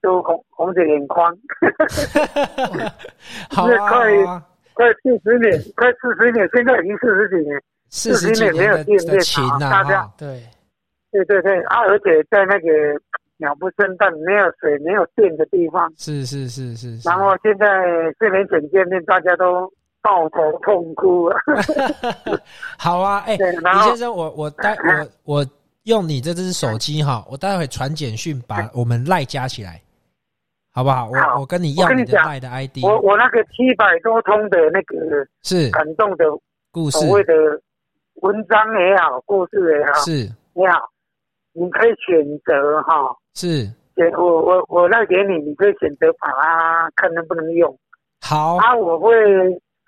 Speaker 6: 都红红着眼眶，
Speaker 1: 好
Speaker 6: 越
Speaker 1: 啊，
Speaker 6: 快
Speaker 1: 好啊
Speaker 6: 快四十年，快四十年，现在已经四十几年，
Speaker 1: 四十几
Speaker 6: 四十年没
Speaker 1: 年
Speaker 6: 有
Speaker 1: 的
Speaker 6: 见面
Speaker 1: 的情
Speaker 6: 啊
Speaker 1: 呐
Speaker 6: 大家
Speaker 1: 哈，
Speaker 2: 对，
Speaker 6: 对对对啊，而且在那个鸟不生蛋、没有水、没有电的地方，
Speaker 1: 是是是是，是
Speaker 6: 然后现在四年前见面，大家都抱头痛哭啊。
Speaker 1: 好啊，哎、
Speaker 6: 对然
Speaker 1: 李
Speaker 6: 后
Speaker 1: 先生，我我待我我用你这只手机哈，我待会传简讯把我们赖加起来，好不好？我
Speaker 6: 好
Speaker 1: 我跟你
Speaker 6: 我
Speaker 1: 要
Speaker 6: 跟你
Speaker 1: 你的
Speaker 6: 讲
Speaker 1: 赖的 ID，
Speaker 6: 我我那个七百多通的那个
Speaker 1: 是
Speaker 6: 感动的
Speaker 1: 故事
Speaker 6: 所谓的文章也好，故事也好，
Speaker 1: 是
Speaker 6: 也好，你可以选择哈，
Speaker 1: 是
Speaker 6: 选我我我那给你，你可以选择把它看能不能用。
Speaker 1: 好
Speaker 6: 啊，我会，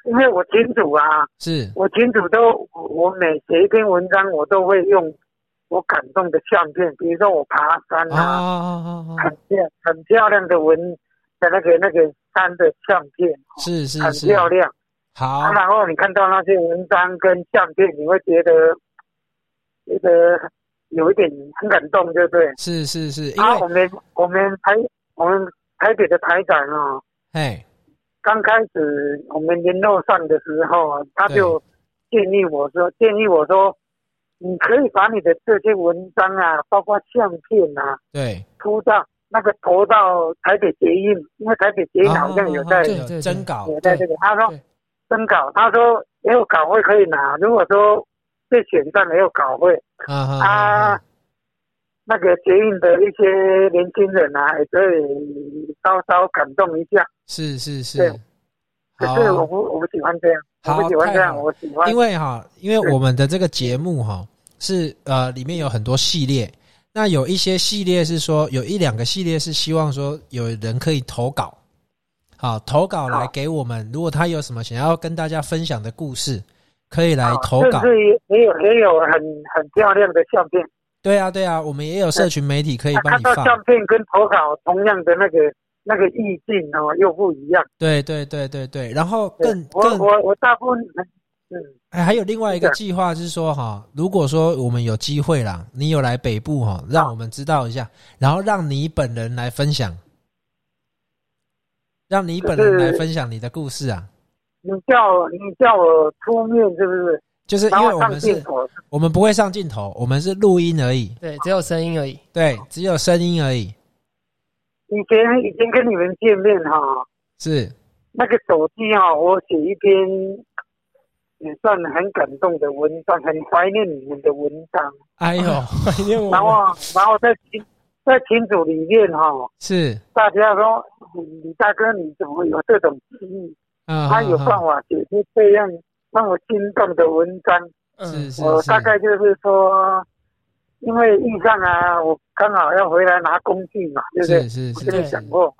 Speaker 6: 因为我群主啊，
Speaker 1: 是
Speaker 6: 我群主都我每写一篇文章，我都会用我感动的相片，比如说我爬山
Speaker 1: 啊
Speaker 6: 啊，
Speaker 1: 啊啊啊
Speaker 6: 很漂很漂亮的文的那个那个山的相片，哦
Speaker 1: 是是
Speaker 6: 很
Speaker 1: 是，哦
Speaker 6: 漂亮。
Speaker 1: 好
Speaker 6: 啊，然后你看到那些文章跟相片，你会觉得觉得有一点很感动，对不对？
Speaker 1: 是是是，因
Speaker 6: 啊，我
Speaker 1: 为
Speaker 6: 们我们台我们台北的台长啊、
Speaker 1: 哎
Speaker 6: 刚开始我们联络上的时候啊，他就建议我说，建议我说，哦你可以把你的这些文章啊，包括相片啊，
Speaker 1: 对，
Speaker 6: 铺到那个投到台北捷运，因为台北捷运
Speaker 1: 啊
Speaker 6: 好像有
Speaker 1: 啊啊
Speaker 6: 在、
Speaker 1: 啊
Speaker 2: 对
Speaker 1: 有征稿
Speaker 6: 我在这个，他说
Speaker 2: 对
Speaker 6: 征稿，他说也有稿费可以拿，如果说被选上也有稿费，
Speaker 1: 啊啊
Speaker 6: 啊
Speaker 1: 啊，
Speaker 6: 那个捷运的一些年轻人啊，也可以稍稍感动一下。
Speaker 1: 是是是
Speaker 6: 对，可
Speaker 1: 好
Speaker 6: 是我不我不喜欢这样，我
Speaker 1: 好
Speaker 6: 不喜欢这
Speaker 1: 太
Speaker 6: 样，
Speaker 1: 好
Speaker 6: 我喜欢
Speaker 1: 因为哈，因为我们的这个节目哈是呃里面有很多系列，那有一些系列是说有一两个系列是希望说有人可以投稿，好投稿来
Speaker 6: 好
Speaker 1: 给我们，如果他有什么想要跟大家分享的故事，可以来
Speaker 6: 啊
Speaker 1: 投
Speaker 6: 甚
Speaker 1: 稿。
Speaker 6: 至也也有也有很很漂亮的相片，
Speaker 1: 对啊对啊，我们也有社群媒体可以
Speaker 6: 他
Speaker 1: 帮
Speaker 6: 看
Speaker 1: 你
Speaker 6: 到
Speaker 1: 放。
Speaker 6: 相片跟投稿同样的那个那个意境哦，又不一样。
Speaker 1: 对对对对对，然后
Speaker 6: 对
Speaker 1: 更
Speaker 6: 我
Speaker 1: 更
Speaker 6: 我我大部分嗯
Speaker 1: 哎，还有另外一个
Speaker 6: 是的
Speaker 1: 计划是说哈，如果说我们有机会啦，你有来北部哈，让我们知道一下，然后让你本人来分享，让你本人来分享你的故事啊，
Speaker 6: 你叫你叫我出面是不是？
Speaker 1: 就是因
Speaker 6: 然
Speaker 1: 为
Speaker 6: 后
Speaker 1: 我
Speaker 6: 上
Speaker 1: 们
Speaker 6: 镜
Speaker 1: 是，
Speaker 6: 头
Speaker 1: 我们不会上镜头，我们是录音而已，
Speaker 2: 对，只有声音而已。
Speaker 1: 对，只有声音而已，
Speaker 6: 以前以前跟你们见面哈、
Speaker 1: 是
Speaker 6: 那个手机哈、我写一篇也算很感动的文章，很怀念你们的文章。
Speaker 1: 哎呦，
Speaker 6: 啊然后然后在群在群组里面哈、
Speaker 1: 是
Speaker 6: 大家说嗯李李大哥你怎么有这种记忆？
Speaker 1: 啊，
Speaker 6: 他有
Speaker 1: 啊
Speaker 6: 办法写出这样让我心动的文章。
Speaker 1: 是
Speaker 2: 嗯，
Speaker 1: 是
Speaker 6: 我
Speaker 1: 是，
Speaker 6: 大概就是说，因为遇上啊，我刚好要回来拿工具嘛，对不对？
Speaker 1: 是是
Speaker 6: 我
Speaker 1: 是
Speaker 6: 跟你讲过嘛，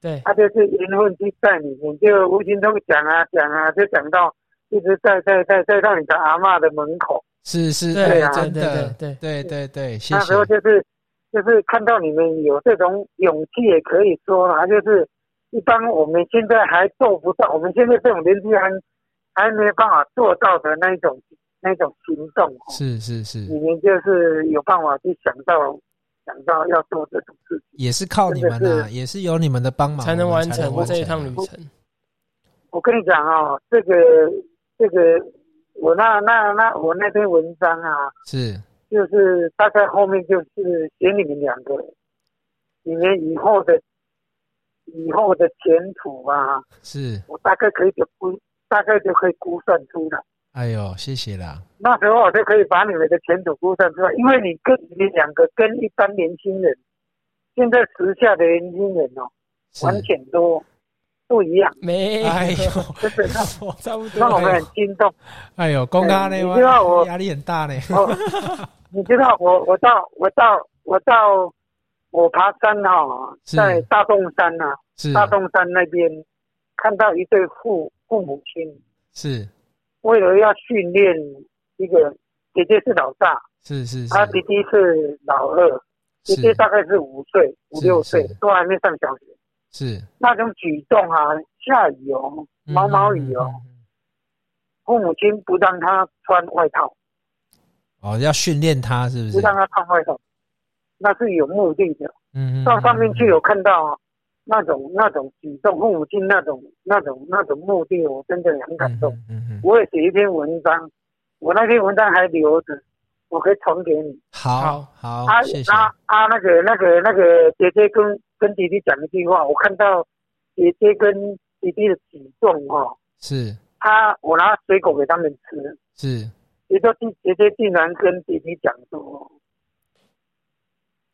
Speaker 2: 对，
Speaker 6: 他啊就是缘分就在你，你就无形中讲啊讲啊，就讲到一直在在在在到你的阿嬷的门口。
Speaker 1: 是是，
Speaker 2: 对
Speaker 1: 哎
Speaker 6: 啊
Speaker 1: 真
Speaker 2: 对
Speaker 1: 的，
Speaker 2: 对
Speaker 1: 对对对，谢
Speaker 6: 那
Speaker 1: 谢
Speaker 6: 时，候就是就是看到你们有这种勇气，也可以说啦，啊就是一般我们现在还做不到，我们现在这种年纪还还没办法做到的那一种那一种行动哦，
Speaker 1: 是是是，
Speaker 6: 你们就是有办法去想到想到要做这种事情。
Speaker 1: 也是靠你们
Speaker 6: 真
Speaker 1: 呐、
Speaker 6: 的
Speaker 1: 也是有你们的帮忙，
Speaker 2: 才能
Speaker 1: 我们
Speaker 2: 完成
Speaker 1: 完
Speaker 2: 这一
Speaker 1: 成
Speaker 2: 趟
Speaker 1: 啊
Speaker 2: 旅程。
Speaker 6: 我跟你讲哦，这个这个我那那那我那篇文章啊，
Speaker 1: 是
Speaker 6: 就是大概后面就是写你们两个，你们以后的以后的前途啊，
Speaker 1: 是，
Speaker 6: 我大概可以就估，大概就可以估算出来。
Speaker 1: 哎呦，谢谢啦，
Speaker 6: 那时候我就可以把你们的前途估算出来，因为你跟你们两个跟一般年轻人，现在时下的年轻人哦，
Speaker 1: 是
Speaker 6: 完全都不一样，
Speaker 2: 没，
Speaker 1: 哎呦，
Speaker 6: 就是让
Speaker 2: 差不多
Speaker 6: 让 我们很惊动。
Speaker 1: 哎呦，公咖呢
Speaker 6: 哎你知道，我
Speaker 1: 压力很大 呢。
Speaker 6: 哦， 你知道我我到我到我到我爬山哈、
Speaker 1: 是
Speaker 6: 在大洞山呐、
Speaker 1: 是
Speaker 6: 大洞山那边看到一对父父母亲，
Speaker 1: 是
Speaker 6: 为了要训练一个姐姐是老大，
Speaker 1: 是是
Speaker 6: 她弟
Speaker 1: 是
Speaker 6: 弟是老二，姐姐
Speaker 1: 是
Speaker 6: 大概是五岁五
Speaker 1: 是
Speaker 6: 六岁
Speaker 1: 是，
Speaker 6: 都还没上小学。
Speaker 1: 是，
Speaker 6: 那种举动啊，下雨哦，
Speaker 1: 嗯
Speaker 6: 毛毛雨
Speaker 1: 嗯
Speaker 6: 哦，，
Speaker 1: 嗯嗯
Speaker 6: 父母亲不让他穿外套，
Speaker 1: 哦，要训练他是不嗯
Speaker 6: 不
Speaker 1: 是？
Speaker 6: 让他穿外套，那是有目的的。
Speaker 1: 嗯嗯
Speaker 6: 到上面去
Speaker 1: 嗯
Speaker 6: 有看到那种那种举动，父母亲那种那种那种目的，我真的很感动。
Speaker 1: 嗯嗯嗯嗯，
Speaker 6: 我也写一篇文章，我那篇文章还留着，我可以传给你。
Speaker 1: 好
Speaker 2: 好
Speaker 1: 好
Speaker 6: 啊，
Speaker 1: 哦谢谢。
Speaker 6: 啊啊，那个那个那个姐姐跟跟弟弟讲一句话，我看到姐姐跟弟弟的举动哦，
Speaker 1: 是
Speaker 6: 他我拿水果给他们吃，
Speaker 1: 是，
Speaker 6: 姐姐弟姐姐竟然跟弟弟讲说，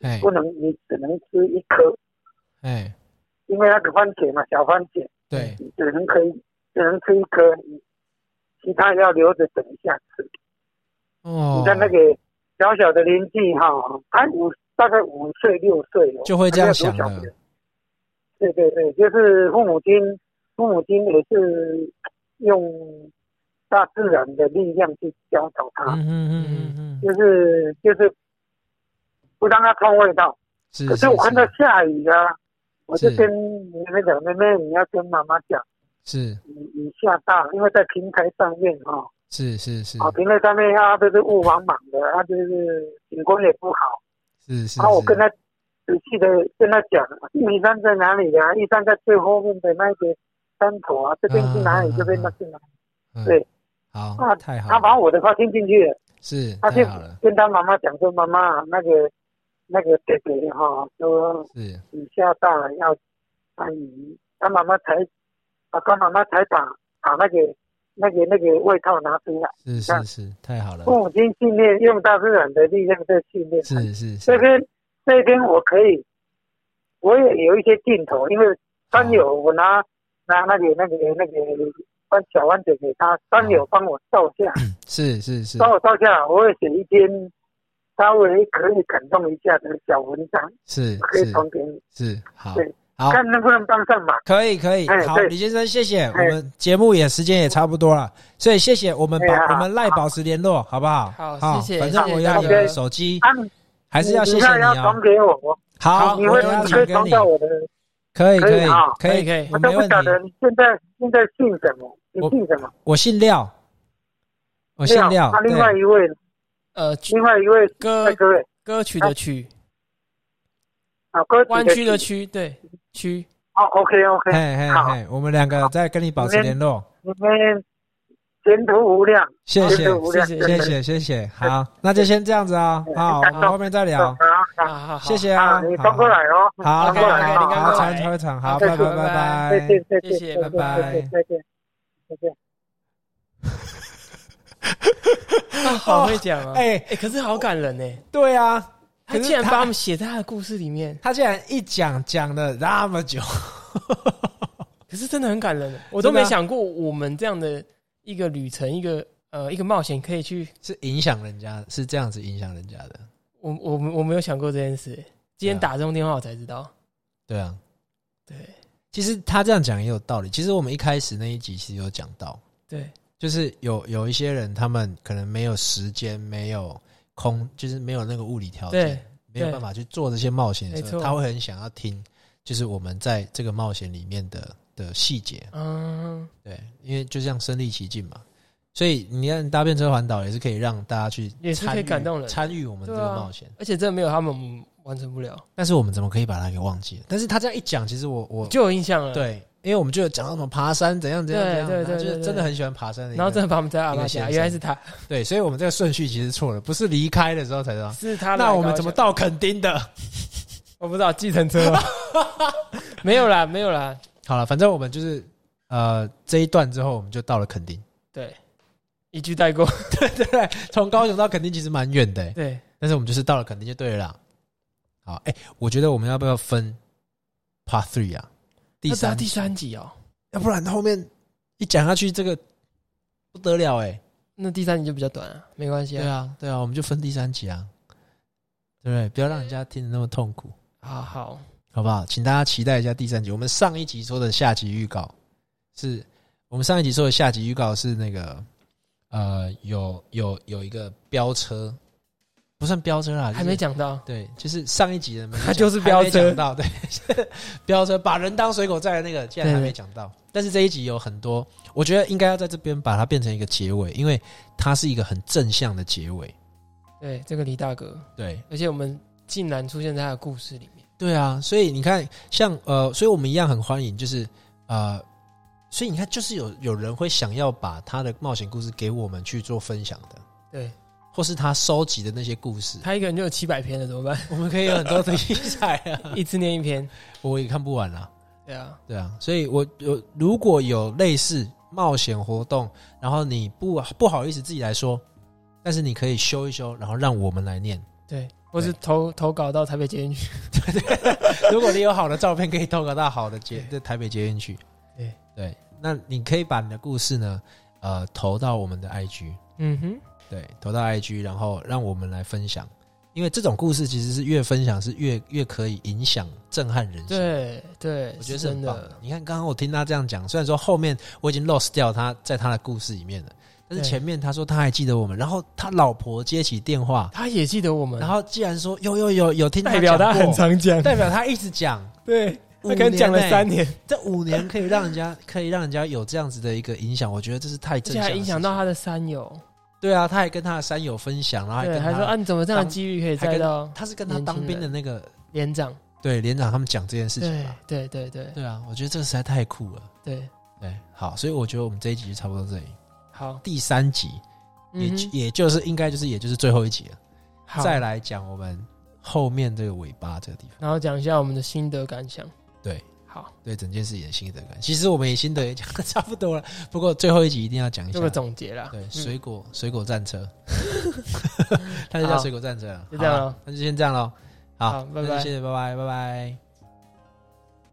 Speaker 1: 哎
Speaker 6: 不能你只能吃一颗，
Speaker 1: 哎，
Speaker 6: 因为那个番茄嘛，小番茄。
Speaker 1: 对，
Speaker 6: 只能可以只能吃一颗，其他要留着等一下吃。
Speaker 1: 哦
Speaker 6: 你，看那个小小的年纪哈，他五大概五岁六岁哦，
Speaker 1: 就会这样想
Speaker 6: 还没有读
Speaker 1: 了
Speaker 6: 小学。对对对，就是父母亲，父母亲也是用大自然的力量去教导他，
Speaker 1: 嗯嗯嗯嗯嗯，
Speaker 6: 就是就是不让他碰味道。
Speaker 1: 是。
Speaker 6: 可是我看到下雨啊，我就是跟妹妹讲，妹妹你要跟妈妈讲。
Speaker 1: 是
Speaker 6: 雨雨下大，因为在平台上面哈、
Speaker 1: 是是是
Speaker 6: 啊，平台上面啊都是雾茫茫的，啊就是景观也不好。
Speaker 1: 是是，
Speaker 6: 然后我跟
Speaker 1: 是
Speaker 6: 他仔细的跟他讲，玉山在哪里啊？玉山在最后面的那个山头啊，这边是哪里？
Speaker 1: 嗯
Speaker 6: 这边那是哪里？
Speaker 1: 嗯
Speaker 6: 对
Speaker 1: 好
Speaker 6: 啊
Speaker 1: 太好
Speaker 6: 他把
Speaker 1: 了，
Speaker 6: 我的话听进去了，
Speaker 1: 是
Speaker 6: 他
Speaker 1: 太
Speaker 6: 就
Speaker 1: 好了，
Speaker 6: 跟他妈妈讲说：“妈妈，那个那个姐姐哈，说
Speaker 1: 是
Speaker 6: 雨下大了要穿雨。”他妈妈才，啊，他妈妈才把把那个那个那个外套拿出来。
Speaker 1: 是
Speaker 6: 啊
Speaker 1: 是是太好了，
Speaker 6: 父母亲训练用大自然的力量在训练。
Speaker 1: 是是是
Speaker 6: 这，边这边我可以，我也有一些镜头，因为山
Speaker 1: 啊
Speaker 6: 友我拿拿那里那个那个帮小丸子给
Speaker 1: 啊
Speaker 6: 他，山友帮我照下，
Speaker 1: 是是是
Speaker 6: 帮我照下，我会写一篇稍微可以感动一下的小文章，
Speaker 1: 是
Speaker 6: 可以
Speaker 1: 是
Speaker 6: 传给你，
Speaker 1: 是好
Speaker 6: 对
Speaker 1: 好。
Speaker 6: 看能不能帮上忙。
Speaker 1: 可以可以，
Speaker 6: 哎
Speaker 1: 好，
Speaker 6: 对哎
Speaker 1: 李先生，谢谢。我们节目也时间也差不多了，所以谢谢我们
Speaker 6: 哎呀
Speaker 1: 保我们赖保持联络，好不好？
Speaker 2: 好谢谢
Speaker 1: 反正
Speaker 2: 谢谢
Speaker 1: 我要你
Speaker 6: 大
Speaker 1: 的
Speaker 6: 哥
Speaker 1: 手机，
Speaker 6: 啊，你
Speaker 1: 还是要谢
Speaker 6: 你
Speaker 1: 谢
Speaker 6: 看
Speaker 1: 你
Speaker 6: 要
Speaker 1: 哦
Speaker 6: 传。给我，
Speaker 1: 好，
Speaker 6: 你
Speaker 1: 我
Speaker 6: 会
Speaker 1: 要
Speaker 6: 你
Speaker 1: 传
Speaker 6: 可以
Speaker 1: 给
Speaker 6: 传
Speaker 1: 你，
Speaker 6: 到我的，
Speaker 1: 可以
Speaker 6: 可以
Speaker 1: 以
Speaker 6: 啊
Speaker 1: 可以
Speaker 2: 可以可以
Speaker 1: 我
Speaker 6: 我都
Speaker 1: 没
Speaker 6: 不
Speaker 1: 问
Speaker 6: 晓
Speaker 1: 题。
Speaker 6: 得你现在现在姓什么，你
Speaker 1: 我
Speaker 6: 姓什么？
Speaker 1: 我姓廖，我姓廖
Speaker 6: 那、，另外
Speaker 1: 对，
Speaker 6: 一位，
Speaker 2: 呃，
Speaker 6: 另外一位
Speaker 2: 歌
Speaker 6: 那各位
Speaker 2: 歌曲的曲，
Speaker 6: 啊，歌曲
Speaker 2: 湾区的区，
Speaker 6: 曲
Speaker 2: 对区，
Speaker 6: 哦，OK OK，
Speaker 1: 嘿嘿
Speaker 6: 好，
Speaker 1: 嘿，我们两个再跟你保持联络，
Speaker 6: 你们前途无量，
Speaker 1: 谢谢
Speaker 6: 前途无量，
Speaker 2: 谢
Speaker 1: 谢
Speaker 6: 真的，
Speaker 1: 谢谢谢。好，那就先这样子啊，好，我
Speaker 6: 感
Speaker 1: 们
Speaker 6: 动
Speaker 1: 后面再
Speaker 6: 好
Speaker 1: 聊，，
Speaker 6: 好，
Speaker 2: 啊，好，好
Speaker 1: 谢，谢啊
Speaker 6: 好，，你
Speaker 1: 好
Speaker 6: 翻过来哦，
Speaker 1: 好
Speaker 6: 翻过来，
Speaker 2: OK，OK，你刚
Speaker 1: 好，
Speaker 2: 刚
Speaker 1: 传
Speaker 2: 来
Speaker 1: 传传，好，
Speaker 2: 好
Speaker 1: 拜拜
Speaker 2: 拜拜
Speaker 1: 拜
Speaker 6: 谢
Speaker 1: 拜。
Speaker 6: 谢谢
Speaker 2: 谢谢
Speaker 6: 谢，
Speaker 2: 拜拜
Speaker 6: 谢谢再见，再见。
Speaker 2: 啊好会讲啊，
Speaker 1: 哎
Speaker 2: 哎哎，可是好感人呢，
Speaker 1: 对啊，
Speaker 2: 他
Speaker 1: 可是
Speaker 2: 竟然
Speaker 1: 他
Speaker 2: 把我们写在他的故事里面，
Speaker 1: 他竟然一讲讲了那么久，
Speaker 2: 可是真的很感人，我都
Speaker 1: 真的啊
Speaker 2: 没想过我们这样的一个旅程，一个呃一个冒险可以去，
Speaker 1: 是影响人家，是这样子影响人家的。
Speaker 2: 我我我没有想过这件事，今天
Speaker 1: 对啊
Speaker 2: 打这通电话我才知道，
Speaker 1: 对啊，
Speaker 2: 对
Speaker 1: 其实他这样讲也有道理。其实我们一开始那一集其实有讲到，
Speaker 2: 对，
Speaker 1: 就是有有一些人，他们可能没有时间，没有空，就是没有那个物理条件
Speaker 2: 对，
Speaker 1: 没有办法去做这些冒险的时
Speaker 2: 没
Speaker 1: 候，
Speaker 2: 错
Speaker 1: 他会很想要听，就是我们在这个冒险里面的的细节。
Speaker 2: 嗯，
Speaker 1: 对，因为就像身临其境嘛，所以你看搭便车环岛也是可以让大家去
Speaker 2: 也是可以
Speaker 1: 参与
Speaker 2: 感动人
Speaker 1: 参与我们这
Speaker 2: 对
Speaker 1: 个
Speaker 2: 啊
Speaker 1: 冒险。
Speaker 2: 而且真的没有他们我们完成不了，
Speaker 1: 但是我们怎么可以把它给忘记？但是他这样一讲，其实我我
Speaker 2: 就有印象了，，
Speaker 1: 对，因为我们就有讲到什么爬山怎样怎样
Speaker 2: 对
Speaker 1: 怎样，
Speaker 2: 对
Speaker 1: 然后
Speaker 2: 对
Speaker 1: 就
Speaker 2: 对
Speaker 1: 是
Speaker 2: 对
Speaker 1: 真的很喜欢爬山的一个
Speaker 2: 然后
Speaker 1: 人。
Speaker 2: 真的把我们带到阿
Speaker 1: 一
Speaker 2: 巴
Speaker 1: 个
Speaker 2: 家，
Speaker 1: 先生
Speaker 2: 原来是他，
Speaker 1: 对，所以我们这个顺序其实错了，不是离开的时候才知道。
Speaker 2: 是他来高
Speaker 1: 啊那
Speaker 2: 雄，
Speaker 1: 我们怎么到垦丁的？
Speaker 2: 我不知道计程 车吗？没有啦，没有啦。
Speaker 1: 好了，反正我们就是呃这一段之后，我们就到了垦丁，
Speaker 2: 对，一句带过。
Speaker 1: 对不对？从高雄到垦丁其实蛮远的、欸，
Speaker 2: 对，
Speaker 1: 但是我们就是到了垦丁就对了啦。好，哎、我觉得我们要不要分 Part Three 啊？第
Speaker 2: 那是他
Speaker 1: 三
Speaker 2: 第
Speaker 1: 集
Speaker 2: 三集哦，
Speaker 1: 要不然后面一讲下去，这个不得了哎、
Speaker 2: 那第三集就比较短啊，没关系
Speaker 1: 对
Speaker 2: 啊。
Speaker 1: 啊，对啊，我们就分第三集啊，对不对？不要让人家听得那么痛苦，
Speaker 2: 好好，
Speaker 1: 好不好？请大家期待一下第三集。我们上一集说的下集预告是，我们上一集说的下集预告是那个呃，有有有一个飙车，不算飙车啦，就是
Speaker 2: 还没讲到，
Speaker 1: 对，就是上一集的没 讲，
Speaker 2: 他就是飙车
Speaker 1: 还没讲到对， 飙车把人当水果载的那个，竟然还没讲到。但是这一集有很多，我觉得应该要在这边把它变成一个结尾，因为它是一个很正向的结尾。
Speaker 2: 对这个李大哥，
Speaker 1: 对，
Speaker 2: 而且我们竟然出现在他的故事里面，
Speaker 1: 对啊，所以你看，像呃，所以我们一样很欢迎，就是呃，所以你看，就是有有人会想要把他的冒险故事给我们去做分享的，
Speaker 2: 对
Speaker 1: 或是他收集的那些故事，
Speaker 2: 他一个人就有七百篇了，怎么办？
Speaker 1: 我们可以有很多题材啊，
Speaker 2: 一次念一篇，
Speaker 1: 我也看不完啦。
Speaker 2: 对啊，
Speaker 1: 对啊，所以我有如果有类似冒险活动，然后你不不好意思自己来说，但是你可以修一修，然后让我们来念。
Speaker 2: 对，或是投投稿到台北捷运去，
Speaker 1: 如果你有好的照片，可以投稿到好的捷在台北捷运去。
Speaker 2: 对
Speaker 1: 对，那你可以把你的故事呢，呃，投到我们的 IG，
Speaker 2: 嗯哼，
Speaker 1: 对，投到 IG，然后让我们来分享。因为这种故事其实是越分享是越越可以影响震撼人心。
Speaker 2: 对对，
Speaker 1: 我觉得是
Speaker 2: 是真
Speaker 1: 很棒的
Speaker 2: 的。，
Speaker 1: 你看，刚刚我听他这样讲，虽然说后面我已经 lost 掉他在他的故事里面了，但是
Speaker 2: 对
Speaker 1: 前面他说他还记得我们，然后他老婆接起电话，
Speaker 2: 他也记得我们，
Speaker 1: 然后既然说有有有有听
Speaker 2: 代表
Speaker 1: 他
Speaker 2: 他
Speaker 1: 讲过
Speaker 2: 很，常讲，
Speaker 1: 代表他一直讲，
Speaker 2: 对，
Speaker 1: 五
Speaker 2: 他可能讲了
Speaker 1: 年欸
Speaker 2: 三年，
Speaker 1: 这五年可以让人家 可以让人家有这样子的一个影响，我觉得这是太
Speaker 2: 而
Speaker 1: 正
Speaker 2: 且
Speaker 1: 向
Speaker 2: 还
Speaker 1: 的
Speaker 2: 影响到
Speaker 1: 事
Speaker 2: 他的山友，
Speaker 1: 情，对啊，他还跟他的山友分享，然后还
Speaker 2: 对，
Speaker 1: 跟
Speaker 2: 还
Speaker 1: 他
Speaker 2: 说啊，你怎么这样的机遇可以
Speaker 1: 还
Speaker 2: 载
Speaker 1: 跟
Speaker 2: 到
Speaker 1: 他是跟他
Speaker 2: 年
Speaker 1: 当
Speaker 2: 轻
Speaker 1: 兵的
Speaker 2: 人
Speaker 1: 那个
Speaker 2: 连长？
Speaker 1: 对连长他们讲这件事情
Speaker 2: 对
Speaker 1: 吧，
Speaker 2: 对对对
Speaker 1: 对啊，我觉得这个实在太酷了，
Speaker 2: 对，
Speaker 1: 对，好，所以我觉得我们这一集就差不多到这里。
Speaker 2: 好，
Speaker 1: 第三集，也
Speaker 2: 嗯
Speaker 1: 就、
Speaker 2: 哼，
Speaker 1: 也就是应该就是也就是最后一集了，
Speaker 2: 好，
Speaker 1: 再来讲我们后面这个尾巴这个地方，
Speaker 2: 然后讲一下我们的心得感想。
Speaker 1: 对
Speaker 2: 好，
Speaker 1: 对整件事情的心得感。其实我们也心得也 讲的差不多了，不过最后一集一定要讲一
Speaker 2: 做个
Speaker 1: 下。
Speaker 2: 总结啦。
Speaker 1: 对，
Speaker 2: 嗯
Speaker 1: 水果、水果战 车，它就叫水果战车了。啊
Speaker 2: 就这样
Speaker 1: 好
Speaker 2: 咯
Speaker 1: 啦那就先这样喽。好，
Speaker 2: 好拜拜
Speaker 1: 那就谢谢，拜拜，拜拜。